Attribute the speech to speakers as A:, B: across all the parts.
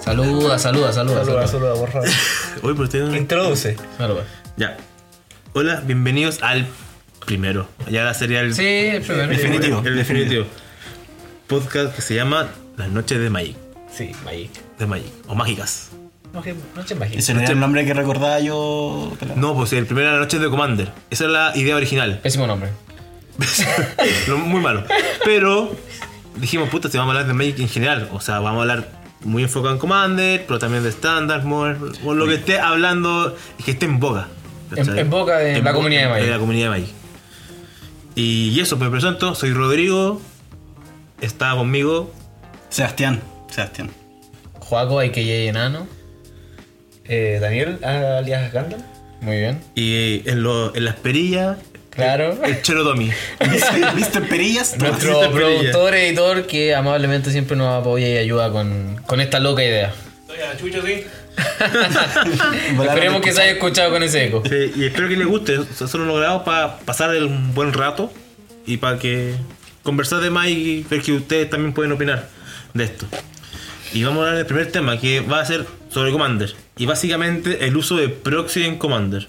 A: Saluda, saluda, saluda.
B: Saluda,
A: Saluda,
B: saluda, por favor.
C: Uy, pero tienen-
B: Introduce.
A: saluda.
C: Ya. Hola, bienvenidos al primero. Ya ahora sería el
A: Sí, el primero.
C: definitivo. El definitivo. Podcast que se llama Las noches de Magic.
B: Sí, Magic.
C: De Magic. O mágicas.
B: Noche, noche Magic.
D: Ese no era el nombre que recordaba yo. Pelado.
C: No, pues el primero era Las noches de Commander. Esa es la idea original.
A: Pésimo nombre.
C: Lo- muy malo. Pero dijimos, puta, si vamos a hablar de Magic en general. O sea, vamos a hablar muy enfocado en Commander, pero también de Standard, Modern, o lo que esté hablando, es que esté en boga.
A: En-
C: ¿cachai?
A: en boga de la comunidad de Magic.
C: la comunidad de Magic. Y eso, pues, me presento, soy Rodrigo. Está conmigo.
D: Sebastián. Sebastián.
A: Juaco, hay que enano.
B: Eh, Daniel, alias Gandalf.
A: Muy bien.
C: Y en, lo- en las perillas,
A: Claro.
C: el Chelo Tommy.
D: Mr. Perillas.
A: Nuestro
C: Asistente
A: productor, editor, que amablemente siempre nos apoya y ayuda con, con esta loca idea. Esperemos que se haya escuchado con ese eco.
C: Sí, y espero que les guste. O sea, Solo lo grabamos para pasar el- un buen rato y para que conversar de más y ver que ustedes también pueden opinar de esto. Y vamos a hablar del primer tema que va a ser sobre Commander y básicamente el uso de proxy en Commander.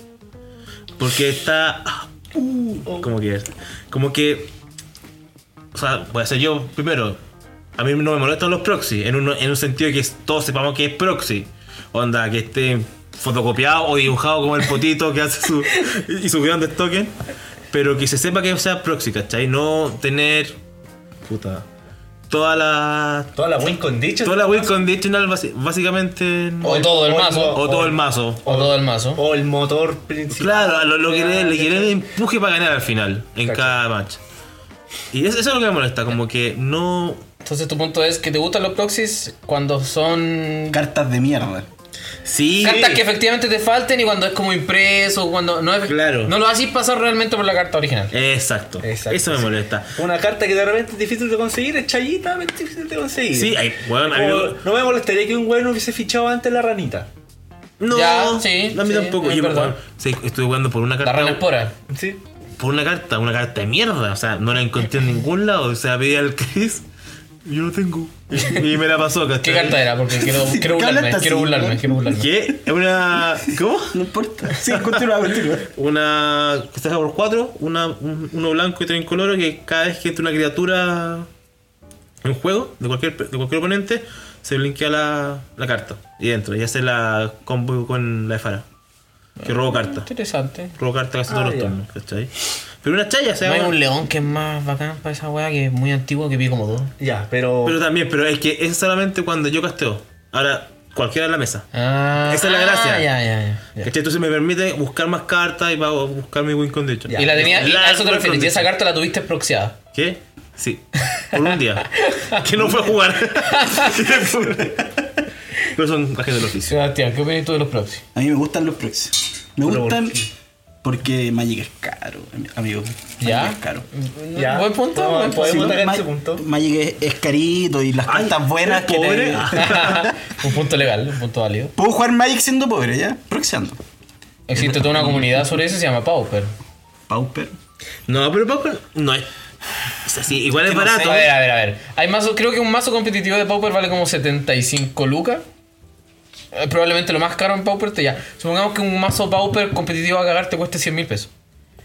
C: Porque está. ah, uh, como que. Como que. O sea, voy a ser yo primero. A mí no me molestan los proxy. En un, en un sentido que es- todos sepamos que es proxy. Onda, que esté fotocopiado o dibujado como el potito que hace su. y su grande token. Pero que se sepa que sea proxy, ¿cachai? No tener. Puta. Toda la.
B: Toda la win condition.
C: Toda la will conditional basi- básicamente. en-
A: O todo el mazo.
C: o todo el mazo.
A: O todo el mazo.
B: O el motor principal.
C: Claro, lo, lo que le, le
B: ¿cachai?
C: quieren empuje para ganar al final, en
B: Cachai.
C: cada match. Y eso, eso es lo que me molesta, como que no.
A: Entonces tu punto es que te gustan los proxies cuando son
D: Cartas de mierda.
C: Sí.
A: cartas que efectivamente te falten y cuando es como impreso, cuando no es,
C: Claro.
A: no lo haces pasar realmente por la carta original.
C: Exacto.
B: Exacto,
C: Eso me
B: sí.
C: molesta.
B: Una carta que de repente es difícil de conseguir, es chayita, es difícil de conseguir.
C: Sí, hay- bueno, a mí
B: Como,
C: me-
B: No me molestaría que un güey no hubiese fichado antes la ranita.
C: No,
A: Ya, sí,
C: a mí
A: sí,
C: tampoco.
A: es
C: Yo
A: verdad.
C: bueno, sí, estuve jugando por una
A: La
C: carta.
A: rana espora.
B: Sí.
C: Por una carta, una carta de mierda. O sea, no la encontré en ningún lado. O sea, pedí al Chris. Yo no tengo. Y me la pasó, ¿cachai?
A: ¿Qué carta era? Porque quiero,
D: Sí,
A: quiero
D: ¿qué
A: burlarme,
D: hablaste
A: quiero
D: así?
A: burlarme, quiero burlarme.
C: ¿Qué? Es una. ¿Cómo?
D: No importa. Sí, continúa, continúa.
C: Una que se saca por cuatro, una, un- uno blanco y tres incoloro, que cada vez que entra una criatura en juego, de cualquier, de cualquier oponente, se blinkea la, la carta. Y entra, y hace la combo con la de Fara. Que robo carta.
A: Interesante.
C: Robo carta casi todos los turnos, ¿cachai? Pero una chaya, o
A: Ah,
C: sea,
A: No hay
C: una-
A: un león que es más bacán para esa weá que es muy antiguo que vi como dos.
B: Ya, pero.
C: Pero también, pero es que es solamente cuando yo casteo. Ahora, cualquiera en la mesa.
A: Ah,
C: Esa es la gracia.
A: ah, Ya, ya, ya.
C: ¿Cachai? Entonces me permite buscar más cartas y pago- buscar mi win condition.
A: Y la tenía, y
C: La
A: a eso te
C: win
A: refieres, y esa
C: condition.
A: carta la tuviste proxiada.
C: ¿Qué? Sí. Por un día. que no fue a jugar. Pero son gajes del oficio.
A: Sebastián, ¿qué opinas tú de los proxies?
D: A mí me gustan los proxies. Me
B: Pero,
D: gustan
B: ¿por qué?
D: porque Magic es caro, ami- amigo. Magic
A: ¿Ya?
D: es caro.
B: Ya.
A: Buen punto,
B: No,
A: buen
B: podemos-
A: punto.
D: Ma-
B: tocar ese punto?
D: Magic es, es carito y las
C: Ay,
D: cartas buenas
C: ¿eres
D: que te-
C: pobre?
A: un punto legal, un punto válido.
D: Puedo jugar Magic siendo pobre, ¿ya? Proxiando.
A: Existe toda una comunidad sobre eso, se llama Pauper.
D: Pauper.
C: No, pero Paco no es. O sea, sí, igual es
D: Que no
C: barato. ¿eh?
A: A
B: ¿eh?
A: ver, a ver, a ver. Hay mazo, creo que un mazo competitivo de Pauper vale como 75 lucas. Eh, Probablemente lo más caro en Pauper te ya. Supongamos que un mazo Pauper competitivo a cagar te cueste 100 mil pesos.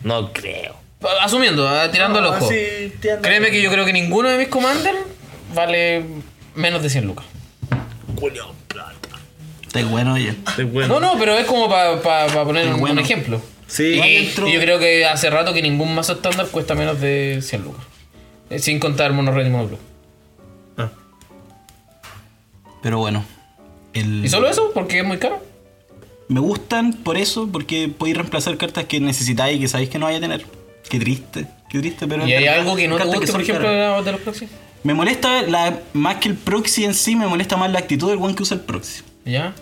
C: No creo.
A: Asumiendo, ah, tirando
B: No,
A: el ojo.
B: sí, tirando-
A: Créeme que yo creo que ninguno de mis commander vale menos de 100 lucas.
C: Julio Plata.
D: Está bueno, oye.
C: Es bueno.
A: No, no, pero es como para poner un,
D: Bueno.
A: un ejemplo.
C: Sí.
A: Y,
D: Igual entró-
A: y yo creo que hace rato que ningún mazo estándar cuesta menos de 100 lucas. Eh, Sin contar mono red y mono blue.
C: Ah,
D: Pero bueno. El...
A: ¿Y solo eso? Porque es muy caro.
D: Me gustan por eso, porque podéis reemplazar cartas que necesitáis y que sabéis que no vais a tener. Qué triste, qué triste, pero.
A: Y
D: es
A: hay
D: verdad,
A: algo que no te
D: cartas
A: guste,
D: son
A: por ejemplo, de
D: caras.
A: la- de los proxies.
D: Me molesta, la, más que el proxy en sí, me molesta más la actitud del one que usa el proxy.
A: ¿Ya?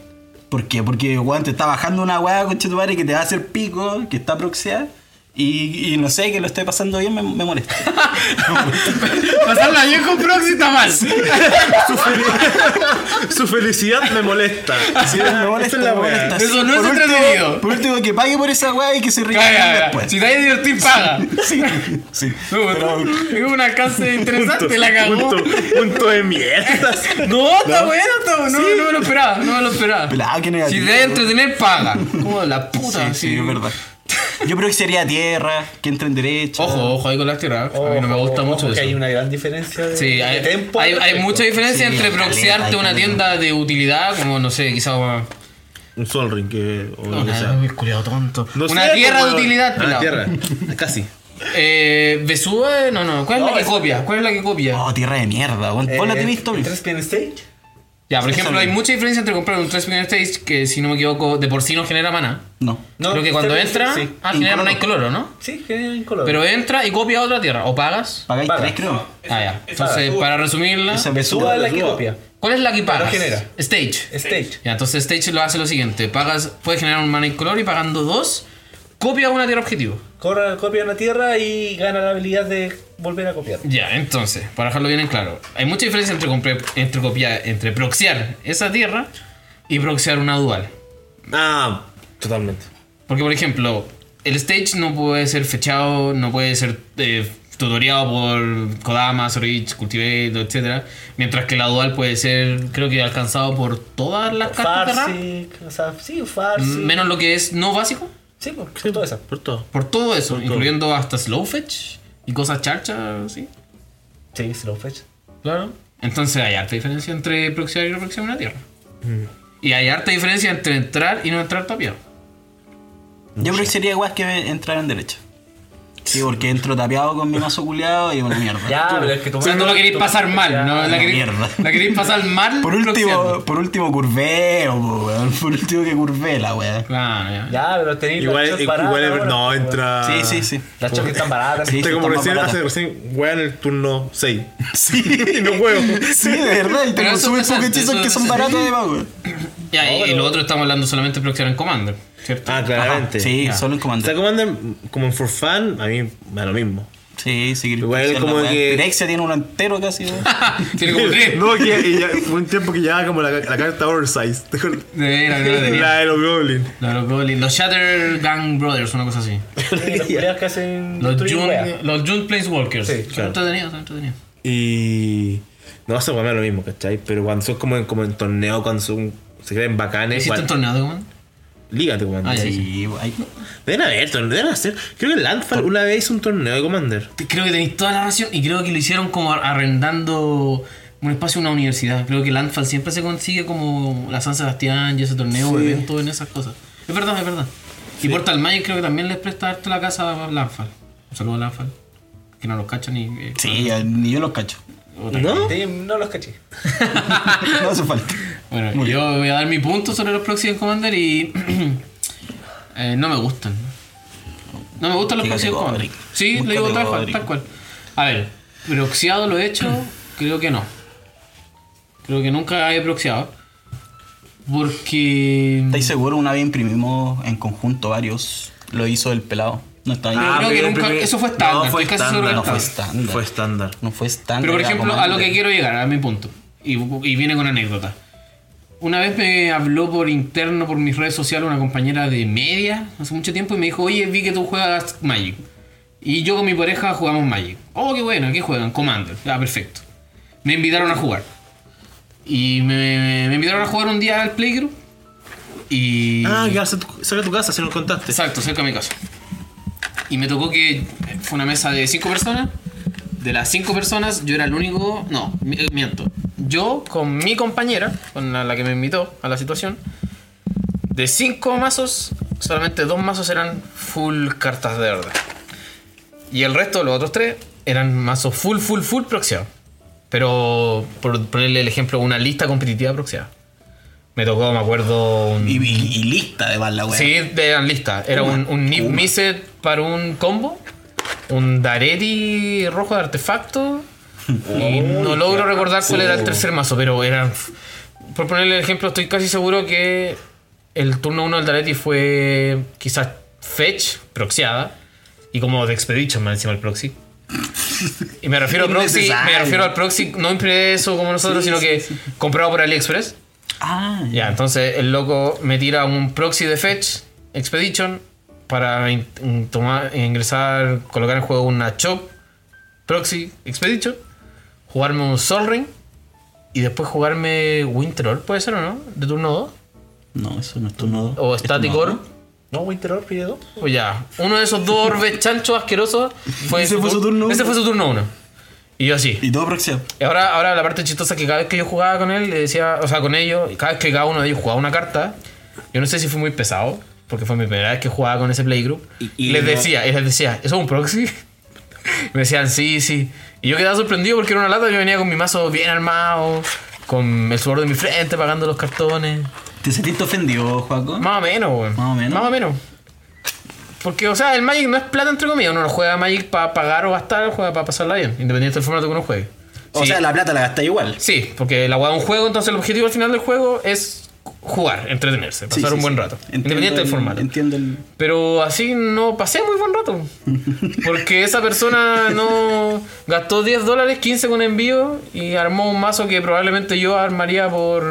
D: ¿Por qué? Porque, weón, te está bajando una weá, conche tu madre, que te va a hacer pico, que está proxeada, Y, y no sé, que lo estoy pasando bien, me, me molesta.
A: Pasarla bien con Proxy está mal.
C: Su felicidad me molesta.
D: Sí, me molesta,
C: Esa es la
D: me
C: wea.
D: molesta.
A: Eso no es
D: Por último-
A: entretenido.
D: Por último, que pague por esa weá y que se ría de mí
A: Caga,
D: después.
A: Si te vas a divertir, paga.
D: Sí, sí.
A: No,
D: Pero-
A: es un alcance interesante,
C: Punto-
A: la cagó.
C: Punto, punto de mierda.
A: No, está bueno, está bueno. No, no me lo esperaba, no me lo esperaba.
D: Pelado, qué
A: Si
D: negativo.
A: te vas a entretener, paga. Como la puta.
D: Sí, sí,
A: sí.
D: es verdad. Yo creo que sería tierra, que entren derecha.
A: Ojo, ojo ahí con las tierras. A mí no me gusta
B: Ojo,
A: mucho
B: que
A: eso.
B: hay una gran diferencia de,
A: Sí,
B: de
A: hay,
B: tempo.
A: hay, hay mucha diferencia
D: Sí,
A: entre
D: caleta,
A: proxiarte
D: hay
A: una
D: caleta.
A: tienda de utilidad, como no sé, quizás una,
C: Un Sol Ring, que, o lo que sea.
A: una, culiao tonto.
C: No
A: una pues,
C: sé,
A: Ah, tierra de
C: weón.
A: utilidad,
C: Una
A: pelado.
C: tierra, casi.
A: Eh, Besuba, no, no. ¿Cuál es
B: No,
A: la que
B: es-
A: copia? ¿Cuál es la que copia?
D: Oh, tierra de mierda, weón. Vos la te visto,
B: ¿El Eh, Tres Pin Stage?
A: ya, por
D: esa
A: ejemplo, hay
D: misma.
A: mucha diferencia entre comprar un 3 Spinner Stage que, si no me equivoco, de por sí no genera mana.
D: No.
A: Creo que cuando
B: tres pin
A: entra,
B: stage, sí.
A: ah, genera mana incoloro, ¿no?
B: Sí, genera incoloro.
A: Pero entra y copia otra tierra, o pagas.
D: Pagáis
B: Paga.
D: tres, creo.
A: Ah, ya. Entonces,
B: Besuba.
A: para resumirla,
D: Esa
B: Suba
D: besuda.
B: la que copia.
A: ¿cuál es la que pagas?
B: genera.
A: Stage.
B: Stage.
A: Ya, entonces Stage lo hace lo siguiente: pagas, puedes generar un mana incoloro y pagando dos, copia una tierra objetivo.
B: Corra, copia una tierra y gana la habilidad de volver a copiar.
A: Ya, entonces, para dejarlo bien en claro, hay mucha diferencia entre, compre- entre copiar, entre proxiar esa tierra y proxiar una dual.
C: Ah, totalmente.
A: Porque, por ejemplo, el stage no puede ser fechado, no puede ser eh, tutoreado por Kodama, Sorich, Cultivator, etc. Mientras que la dual puede ser, creo que alcanzado por todas las cartas de rap,
B: Farsi, o sea, sí, Farsi.
A: menos lo que es no básico.
B: Sí, pues, todo eso.
C: Por todo.
A: Por todo eso, incluyendo hasta slow fetch y cosas charchas, ¿sí?
B: Sí, slow fetch.
A: Claro. Entonces hay harta diferencia entre proxiar y no proxiar una tierra. Y hay harta diferencia entre entrar y no entrar tapiado.
D: Yo creo que sería igual que entrar en derecha. Sí, porque entro tapeado con mi mazo culeado y una mierda.
B: Ya, pero es que
A: O sea, no la queréis pasar mal, ¿no? La
D: la
A: queréis,
D: mierda.
A: la queréis pasar mal
D: Por último,
A: proxiando.
D: por último curveo, po, weón. Por último que curve la weá.
A: Claro, ya.
B: Ya, pero tenéis las
C: Igual,
B: chos
C: igual,
B: baratas ahora,
C: no,
B: pues,
C: entra.
D: Sí, sí, sí.
B: weón. Las chos que están baratas.
D: Sí.
C: Está como
D: Está más
C: recién,
D: barata.
C: hace recién, weá en el turno 6.
D: Sí.
C: Y no juego.
D: Sí, de verdad, y
A: Pero
D: tengo
A: eso
D: súper
A: es
D: pocos
A: antes,
D: hechizos
A: eso
D: que
A: es
D: son
A: antes.
D: baratos además, weón.
A: Ya, y, y
B: pero-
A: lo otro estamos hablando solamente de proxiar en Commander, ¿cierto?
C: Ah, claramente.
D: Sí,
A: Ya.
D: solo en
C: O sea,
D: comandante.
C: Commander, como en For Fun, a mí me da lo mismo.
D: Sí, sí,
C: Igual
D: Cristian,
C: como
D: la weá.
C: que-
D: Pirexia tiene uno entero casi, weón.
A: Tiene como tres.
C: No, que y ya- fue un tiempo que llevaba como la, la carta oversize.
A: De veras, no lo tenía.
C: la de los Goblin.
A: No, los, goblins- los Shatter Gang Brothers, una cosa así.
B: Sí, las peleas que hacen.
A: Los
B: destruyen
A: June,
B: weas.
A: los June Planeswalkers.
B: Sí,
A: Son
C: claro.
A: entretenidos, son entretenidos.
C: Y. No, eso para mí es lo mismo, ¿cachai? Pero cuando son como en, como en torneo, cuando son, se creen bacanes.
A: ¿Hiciste
C: igual-
A: un torneo de Commander?
C: Lígate, Commander.
A: Ah, ya, ya.
D: Sí, weón. Ay,
C: Deben haber, torneos, deben hacer. Creo que Landfall una vez hizo un torneo de Commander.
A: Te- Creo que tenéis toda la razón y creo que lo hicieron como ar- arrendando un espacio en una universidad. Creo que Landfall siempre se consigue como la San Sebastián y ese torneo, o eventos en esas cosas. Es verdad, es verdad. Y Portal Magic creo que también les presta harto la casa a Landfall. Un saludo a Landfall. Que no los cachan y... eh,
D: Sí, ya, ni yo los cacho.
A: otra cosa.
C: ¿No?
B: Sí, no los caché.
D: No hace falta.
A: Bueno, yo voy a dar mi punto sobre los Proxy en Commander y... eh, no me gustan. No me gustan los
D: Qué
A: Proxy en Commander.
D: categórico.
A: Sí,
D: Muy
A: le digo tal cual,
D: categórico.
A: tal cual. A ver, ¿proxiado lo he hecho? Creo que no. Creo que nunca he proxiado. Porque...
D: ¿Estáis seguros? Una vez imprimimos en conjunto varios. Lo hizo el pelado. No estaba yo.
A: Ah, creo que
C: pero el
A: nunca- eso fue estándar,
C: No, fue
A: estoy casi seguro
C: estándar.
A: que
C: No,
D: fue
C: fue
D: estándar.
C: estándar.
D: No fue tan.
A: Pero por ejemplo, a lo que quiero llegar, a mi punto. Y, y viene con anécdota. Una vez me habló por interno, por mis redes sociales, una compañera de media hace mucho tiempo y me dijo, oye, vi que tú juegas Magic. Y yo con mi pareja jugamos Magic. Oh, qué bueno, ¿qué juegan? Commander. Ah, perfecto. Me invitaron a jugar. Y me, me invitaron a jugar un día al Playgroup. Y...
C: Ah, que hace tu- saca tu casa si nos contaste.
A: Exacto, cerca de mi casa. Y me tocó que fue una mesa de cinco personas. De las cinco personas, yo era el único. No, mi- eh, miento. Yo con mi compañera, con la, la que me invitó a la situación, de cinco mazos, solamente dos mazos eran full cartas de verdad. Y el resto, los otros tres, eran mazos full, full, full proxeado. Pero, por ponerle el ejemplo, una lista competitiva proxeada. Me tocó, me acuerdo. un-
D: Y, y- y lista además la weá.
A: Sí, eran listas. Era un, un Nip Miset para un combo, un Dareti rojo de artefacto. Y no logro recordar cuál era el tercer mazo, pero eran. Por ponerle el ejemplo, estoy casi seguro que el turno 1 del Dareti fue quizás Fetch, proxiada. Y Y como de Expedition más encima el proxy. Y me refiero, a proxy,
D: Innecesario.
A: me refiero al proxy no impreso como nosotros,
D: Sí,
A: sino
D: sí,
A: que comprado por AliExpress.
D: Ah,
A: Ya, entonces el loco me tira un proxy de Fetch Expedition para in- in- tomar, ingresar, colocar en juego una Chop Proxy Expedition, jugarme un Sol Ring y después jugarme Winteror, ¿puede ser o no? De turno 2.
D: No, eso no es turno 2.
A: O Static Orb.
C: No, Winter Orb pide dos.
A: O ya, uno de esos dos orbes chanchos asquerosos fue
D: Ese fue su turno uno.
A: Ese fue su turno 1. Y yo así.
D: Y todo proxiado.
A: Y ahora, ahora la parte chistosa es que cada vez que yo jugaba con él, le decía, o sea, con ellos, y cada vez que cada uno de ellos jugaba una carta, yo no sé si fue muy pesado, porque fue mi primera vez que jugaba con ese playgroup,
D: Y-
A: y,
D: y
A: les
D: no-
A: decía, y les decía, ¿eso es un proxy? Me decían, sí, sí. Y yo quedaba sorprendido porque era una lata, yo venía con mi mazo bien armado, con el sudor de mi frente, pagando los cartones.
D: ¿Te sentiste ofendido, Juaco?
A: Más o menos, güey.
D: Más o menos.
A: Más o menos. Porque, o sea, el Magic no es plata, entre comillas. Uno no juega Magic para pagar o gastar, juega para pasarla bien, independiente del formato que uno juegue.
D: O
A: Sí.
D: sea, la plata la gastáis igual.
A: Sí, porque la hueá es un juego, entonces el objetivo al final del juego es jugar, entretenerse, pasar
D: Sí, sí,
A: un buen
D: sí.
A: rato.
D: Entiendo
A: independiente del
D: el-
A: formato.
D: Entiendo el.
A: Pero así no pasé muy buen rato. Porque esa persona no gastó 10 dólares, 15 con envío y armó un mazo que probablemente yo armaría por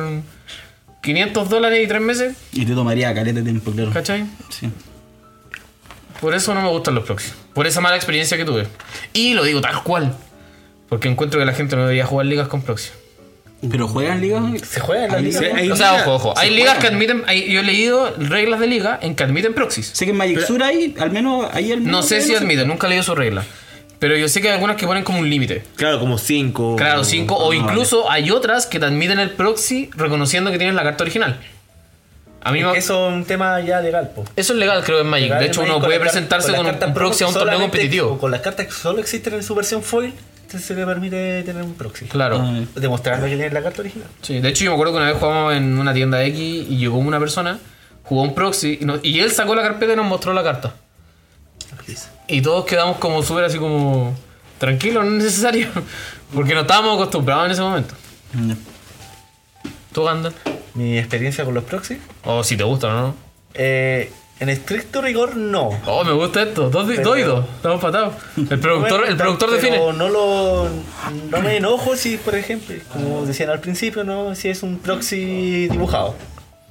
A: 500 dólares y 3 meses,
D: Y te tomaría caleta de tiempo, claro.
A: ¿cachai?
D: Sí.
A: Por eso no me gustan los proxies. Por esa mala experiencia que tuve. Y lo digo tal cual. Porque encuentro que la gente no debería jugar ligas con proxies.
D: ¿Pero juegan ligas?
A: Se juega en
D: la
A: la
D: liga. Ah,
A: liga.
C: Hay
A: o sea,
C: liga.
A: ojo, ojo. Hay
D: Se
A: ligas
D: juega.
A: que admiten. hay- yo he leído reglas de liga en que admiten proxies.
D: Sé que en Magic Sur hay, al menos ahí al menos.
A: No sé si
D: admiten.
A: admiten, nunca he leído su regla. Pero yo sé que hay algunas que ponen como un límite.
C: Claro, como cinco.
B: Oh,
A: Claro, 5. O incluso hay otras que te admiten el proxy reconociendo que tienes la carta original. A mí me- eso,
B: Eso es un tema ya legal, po.
A: es legal, creo, en Magic.
B: Legal
A: De
B: en
A: hecho,
B: Magic
A: uno
B: con
A: puede
B: las car-
A: presentarse
B: las
A: con
B: cartas
A: un proxy a un torneo
B: solamente- o
A: competitivo.
B: Con las cartas que solo existen en su versión foil, se- se le permite tener un proxy.
A: Claro.
D: Ah,
B: Demostrando que tiene la carta original.
A: Sí, de hecho yo me acuerdo que una vez jugamos en una tienda X y llegó una persona, jugó un proxy y, no- y él sacó la carpeta y nos mostró la carta. Y todos quedamos como súper así como tranquilos, no es necesario, porque no estábamos acostumbrados en ese momento.
D: ya.
A: ¿Tú andas?
B: Mi experiencia con los proxy.
A: O si te gusta o no.
B: eh, en estricto rigor, no.
A: Oh, me gusta esto. Dos, di-
B: Pero-
A: dos y dos. Estamos patados. El productor, el
B: Bueno,
A: productor
B: pero
A: define.
B: No lo. No me enojo si, por ejemplo, como decían al principio, ¿no? Si es un proxy dibujado.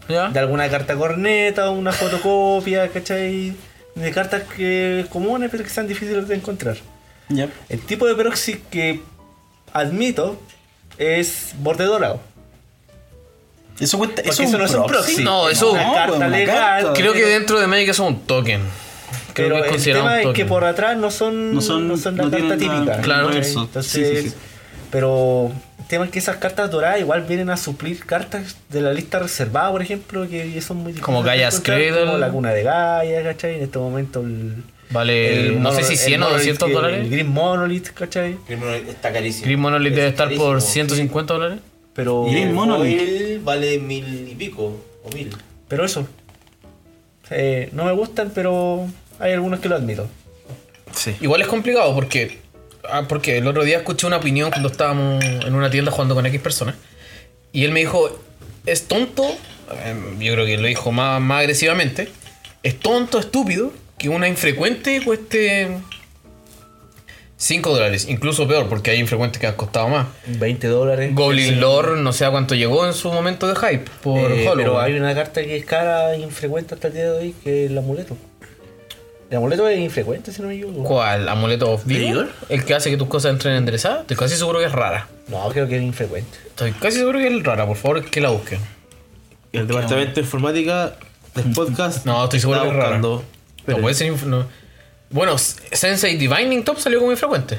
A: ¿Ya?
B: De alguna carta corneta, una fotocopia, ¿cachai? De cartas que comunes pero que están difíciles de encontrar.
D: Ya.
B: El tipo de proxy que admito es borde dorado.
D: Eso cuenta.
B: Porque
D: Eso,
B: eso no es un proxy.
A: No, eso-
B: una
A: No,
B: carta
D: pues, una
B: legal.
D: carta.
A: Creo que dentro de Magic eso es un token. Creo
B: Pero
A: que es
B: el
A: considerado
B: tema
A: un
B: es
A: token.
B: que por atrás no son,
D: No
B: no
D: son-
B: son, la
D: no
B: carta
D: tienen nada
B: típica.
A: Claro.
B: ¿cachai?
D: verso.
B: Entonces,
D: Sí, sí, sí.
B: pero el tema es que esas cartas doradas igual vienen a suplir cartas de la lista reservada, por ejemplo, que son muy difíciles.
A: Como
B: de
A: Gaia's
B: encontrar,
A: Cradle.
B: Como la cuna de Gaia, ¿cachai? En este momento el.
A: Vale, Eh, no sé
B: mono-
A: si
B: el
A: 100 o
B: monolith
A: 200
B: que-
A: dólares.
B: El Green Monolith, ¿cachai?
E: Primero está carísimo.
A: Green Monolith debe
E: Es
A: estar por
E: carísimo.
A: 150 dólares.
B: Pero.
D: Y Green
E: El
D: Monolith.
E: foil vale mil y pico, o mil.
B: Pero eso. Eh, no me gustan, pero hay algunos que lo admito.
D: Sí.
A: Igual es complicado porque. ah, porque el otro día escuché una opinión cuando estábamos en una tienda jugando con X personas. Y él me dijo: Es tonto. em, Yo creo que lo dijo más, más agresivamente. Es tonto, estúpido. Que una infrecuente cueste 5 dólares. Incluso peor, porque hay infrecuentes que han costado más.
B: 20 dólares.
A: Goblin Lore, no sé a cuánto llegó en su momento de hype. Por
B: Eh,
A: Hollow.
B: pero hay una carta que es cara e infrecuente hasta el día de hoy, que es el amuleto. El amuleto es infrecuente, si no me equivoco.
A: ¿Cuál? ¿Amuleto of Vigor? ¿El que hace que tus cosas entren enderezadas? Estoy casi seguro que es rara.
B: No, creo que es infrecuente.
A: Estoy casi seguro que es rara, por favor, que la busquen.
C: El departamento de informática del podcast.
A: No, estoy seguro
C: está
A: que es raro.
C: buscando.
A: No puede ser. inf- no. Bueno, S- Sensei Divining Top salió como infrecuente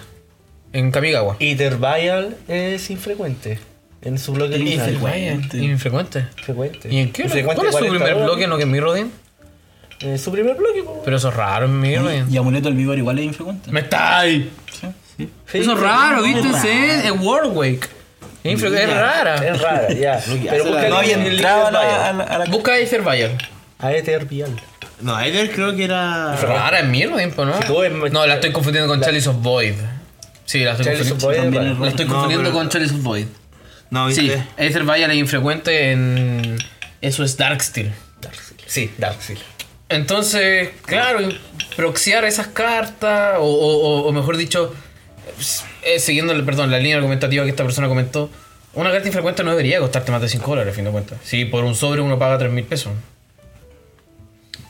A: en Kamigawa.
B: Intervial es infrecuente. En su bloque original.
A: Infrecuente. Infrecuente.
B: Infrecuente.
A: ¿Y en qué?
B: Infrecuente
A: ¿Cuál es su
B: 40
A: primer
B: dólares.
A: bloque en lo que es Mirrodin?
B: Eh, su primer bloque, po.
A: Pero eso es raro en Mirrodin.
D: Y amuleto del vigor igual es infrecuente.
A: ¡Me está ahí!
D: Sí, sí.
B: Sí,
A: eso es raro, ¿viste? Es- Es Warwake. Es infre- es rara.
B: Es rara, ya. Pero busca
D: No había
B: en el
D: entrado a la, a
B: Ethervial.
D: la, a la-
A: Busca a Ethervial.
B: A Ethervial.
C: No, Eder creo que era.
A: Rara en Mirrodin, po, ¿no?
B: Si tú ves-
A: No, la estoy confundiendo con Chalice of Void. Sí, la estoy
B: Chalice
A: confundiendo.
B: of Void es
D: También es
B: raro.
A: La estoy
C: No,
A: confundiendo
C: pero-
A: con Chalice of Void.
C: No,
A: Sí,
C: viste.
A: Aether Vial es infrecuente en. Eso es Darksteel.
B: Sí, Darkseid.
A: Entonces, claro, proxiar esas cartas, o, o- o- o mejor dicho, eh, siguiendo el- perdón, la línea argumentativa que esta persona comentó, una carta infrecuente no debería costarte más de 5 dólares, a fin de cuentas. Si por un sobre uno paga 3 mil pesos.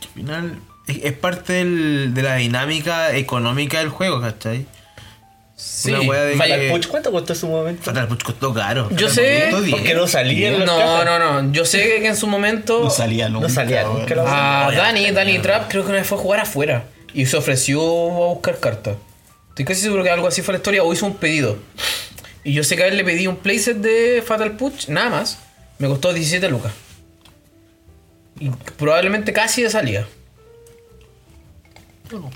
C: Al final, es, es parte del- de la dinámica económica del juego, ¿cachai?
A: Sí,
C: wea de
A: vaya,
C: que-
A: puch-
B: Puch, ¿Cuánto costó en su momento?
C: Fatal Puch pues, costó caro.
A: Yo
C: Fatal
A: sé,
C: Puch costó diez.
B: Porque no salía en las
A: No,
B: cajas.
A: no, no. Yo sé que en su momento.
D: No salía nunca.
B: No salía
D: weón.
B: nunca la weá.
A: A Ah, Dani, Dani Trap creo que una vez fue a jugar afuera y se ofreció a buscar cartas. Estoy casi seguro que algo así fue la historia o hizo un pedido. Y yo sé que a él le pedí un playset de Fatal Punch, nada más. Me costó 17 lucas. Y probablemente casi de salida.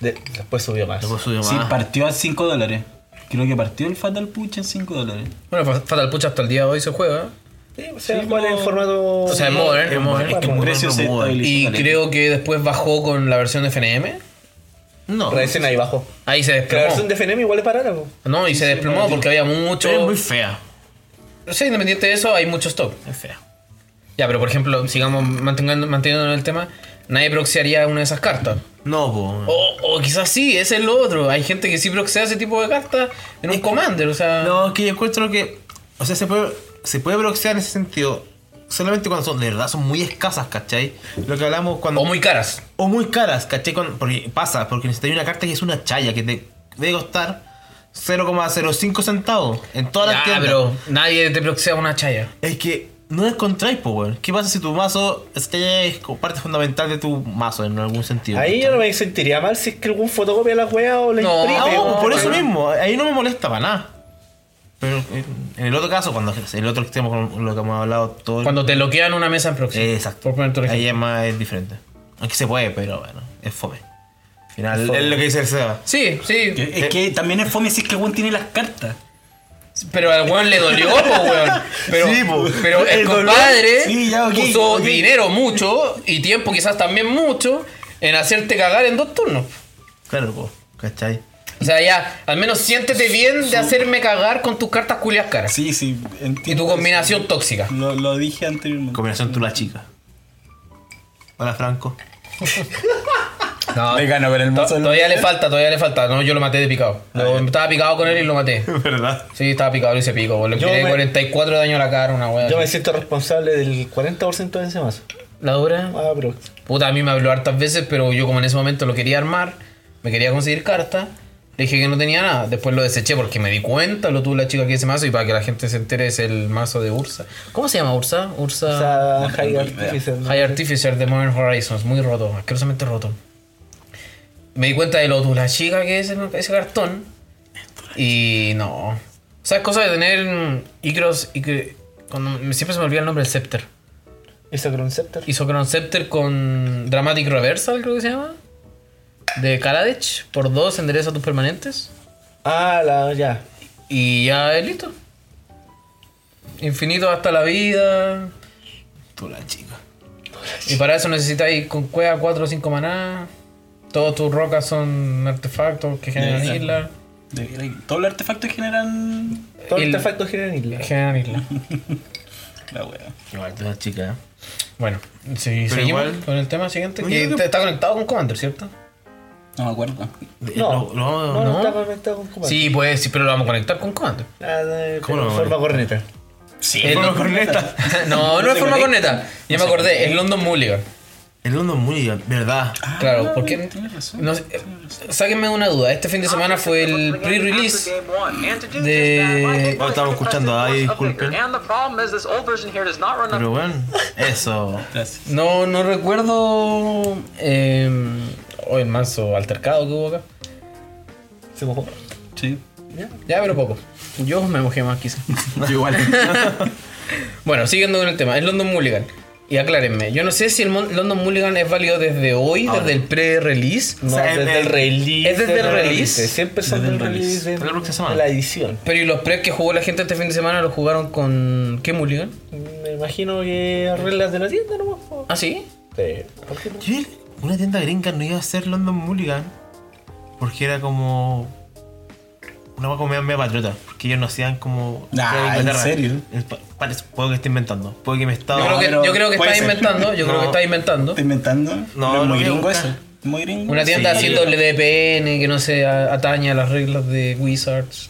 B: De- después subió más.
C: Después subió
D: Sí,
C: más.
D: partió a 5 dólares. Creo que partió el Fatal Puch en 5 dólares.
A: Bueno, fa- Fatal Punch hasta el día de hoy se juega.
B: Sí, o sea,
D: Sí,
B: ¿cuál es
D: como-
B: el formato?
A: O sea, ¿eh? es modern, es modern.
D: Es que el
B: Vamos,
D: precio se
C: vamos.
D: estabilizó.
A: Y
D: caleta.
A: creo que después bajó con la versión de FNM.
C: No.
B: Recién ahí bajó.
A: Ahí se
B: Que la
A: desplomó.
B: versión de FNM igual es barata, po.
A: No, y se desplomó porque había mucho.
C: Pero es muy fea.
A: O sea, independiente de eso, hay mucho stock.
C: Es fea.
A: Ya, pero por ejemplo, sigamos manteniendo, manteniendo en el tema, nadie proxearía una de esas cartas.
C: No, pues, po.
A: O, o quizás sí, ese es lo otro. Hay gente que sí proxea ese tipo de cartas en un commander, o sea.
C: No, es que yo encuentro que. O sea, se puede, se puede bloquear en ese sentido. Solamente cuando son, de verdad, son muy escasas, ¿cachai? Lo que hablamos cuando.
A: O muy caras.
C: o muy caras, ¿cachai? Con- porque pasa, porque necesitas una carta que es una chaya, que te debe costar 0,05 centavos en todas
A: Ya,
C: las tiendas.
A: pero nadie te proxea una chaya.
C: Es que no encontráis, po, weón. ¿Qué pasa si tu mazo, esa chaya es como parte fundamental de tu mazo en algún sentido?
B: Ahí
C: ¿cachai?
B: yo no me sentiría mal si es que algún fotocopia la wea o la
A: No,
B: imprime.
C: Ah,
A: Pero-
C: ojo, por eso
A: pero-
C: mismo, ahí no me molesta para nada. Pero eh, en el otro caso, cuando el otro extremo con lo que hemos hablado todo el-
A: Cuando te bloquean una mesa en proxy.
C: Eh, Exacto.
A: Por ponerte un
C: ahí
A: ejemplo.
C: es más es diferente. Aunque se puede, pero bueno, es fome. Al final,
B: Es
C: es,
B: fome.
C: lo que dice el Seba.
A: Sí, sí.
D: Que- Es que también es fome si es que el weón tiene las cartas.
A: Pero al weón le dolió, po, weón. Pero,
C: Sí, po.
A: pero el,
C: El dolor.
A: compadre
D: Sí, ya, ok,
A: puso
D: ok.
A: dinero mucho y tiempo quizás también mucho en hacerte cagar en dos turnos.
C: Claro, po, ¿cachai?
A: O sea, ya, al menos siéntete bien de hacerme cagar con tus cartas culias caras.
D: Sí, sí.
A: y tu
D: entiendo.
A: combinación tóxica.
D: Lo, lo dije anteriormente.
C: Combinación tú la chica. Hola, Franco.
A: No,
D: Le gano con el mazo del-
A: todavía le falta, todavía le falta. No, yo lo maté de picado.
B: Ah,
A: Lo- estaba picado con él y lo maté.
C: ¿Verdad?
A: Sí, estaba picado, lo hice pico. boludo. Le
B: Yo
A: tiré
B: me-
A: 44 daño a la cara, una wea.
B: Yo me siento responsable del 40% de ese mazo.
A: La dura.
B: Ah, pero.
A: Puta, a mí me habló hartas veces, pero yo como en ese momento lo quería armar, me quería conseguir cartas, le dije que no tenía nada. Después lo deseché porque me di cuenta, lo tuvo la chica que ese mazo y para que la gente se entere es el mazo de Ursa. ¿Cómo se llama Ursa?
B: O
A: Ursa
B: sea, High Artificial. ¿no?
A: High Artificer de Modern Horizons, muy roto, asquerosamente roto. Me di cuenta de lo tula chica que es el- ese cartón. Y no. O sea, es cosa de tener mm, Icros. Icre- cuando- siempre se me olvida el nombre del Scepter.
B: Hizo Clone Scepter.
A: Hizo Chrono Scepter con Dramatic Reversal, creo que se llama. De Kaladech. Por dos endereza tus permanentes.
B: Ah, la, ya.
A: Y ya es listo. Infinito hasta la vida.
C: Tú la chica.
A: Y para eso necesitáis con cueva 4 o 5 maná. Todas tus rocas son artefactos que generan
D: Ya, ya.
A: islas.
D: De- Todos los artefactos generan
B: Todo
A: El-
B: el artefacto generan isla.
A: Generan islas.
D: la wea.
C: Igual tú la chica, ¿eh?
A: Bueno, si
C: Pero
A: seguimos
C: igual-
A: con el tema siguiente.
C: Yo
A: Que
C: creo que-
A: está conectado con Commander, ¿cierto?
D: No me acuerdo.
C: De-
B: No,
C: lo- lo vamos-
B: no,
A: no.
B: no está conectado con Kuman.
A: Sí, pues sí, pero lo vamos a conectar con Commander.
B: Ah, de
C: ¿Cómo lo
B: de
C: vamos a
B: forma corneta.
D: Sí,
A: El-
D: pero con neta.
A: no, no es forma corneta. Ya me acordé, es London Mulligan.
C: El mundo es muy, ¿verdad?
A: Claro, porque.
D: Tienes razón.
A: No, sé, eh, sáquenme una duda. Este fin de semana fue el pre-release. de-
C: Oh, estamos escuchando, ay, disculpen. Pero
F: Pero
C: bueno, eso.
D: Gracias.
A: No, no recuerdo. Eh, oh, el manso altercado que hubo acá.
B: Se mojó.
D: Sí.
A: Ya, pero poco. Yo me mojé más, quizás.
D: Yo igual.
A: Bueno, siguiendo con el tema, es London Mulligan. Y aclárenme, yo no sé si el Mon- London Mulligan es válido desde hoy,
C: Ahora.
A: desde el pre-release.
B: No,
C: sea,
B: desde
C: el-
B: el release.
A: ¿Es desde el release?
B: Siempre son
D: Desde
B: del
D: el release.
B: release. de-
C: Hasta la próxima
B: de
C: semana.
B: la edición.
A: Pero ¿y los pre que jugó la gente este fin de semana los jugaron con. ¿Qué Mulligan?
B: Me imagino que reglas de la tienda nomás. po.
A: ¿Ah, sí?
B: Sí, ¿Por qué no?
C: Yo vi una tienda gringa no iba a ser London Mulligan porque era como una hueá como media, media patriota porque ellos no hacían como era
D: Nah,
C: de Inglaterra.
D: Ah, ¿en serio?
C: Es pa- parece- puedo que esté inventando puedo que me he estado
A: Yo creo que,
D: pero
A: yo creo que
D: puede
A: está
D: ser.
A: inventando, yo creo que
C: No.
A: está inventando.
D: ¿Está inventando?
C: No,
D: es
C: no
D: muy
C: me
D: gringo
C: gusta.
D: eso. muy gringo.
A: Una tienda
D: Sí.
A: haciendo WPN que no se a- atañe a las reglas de Wizards.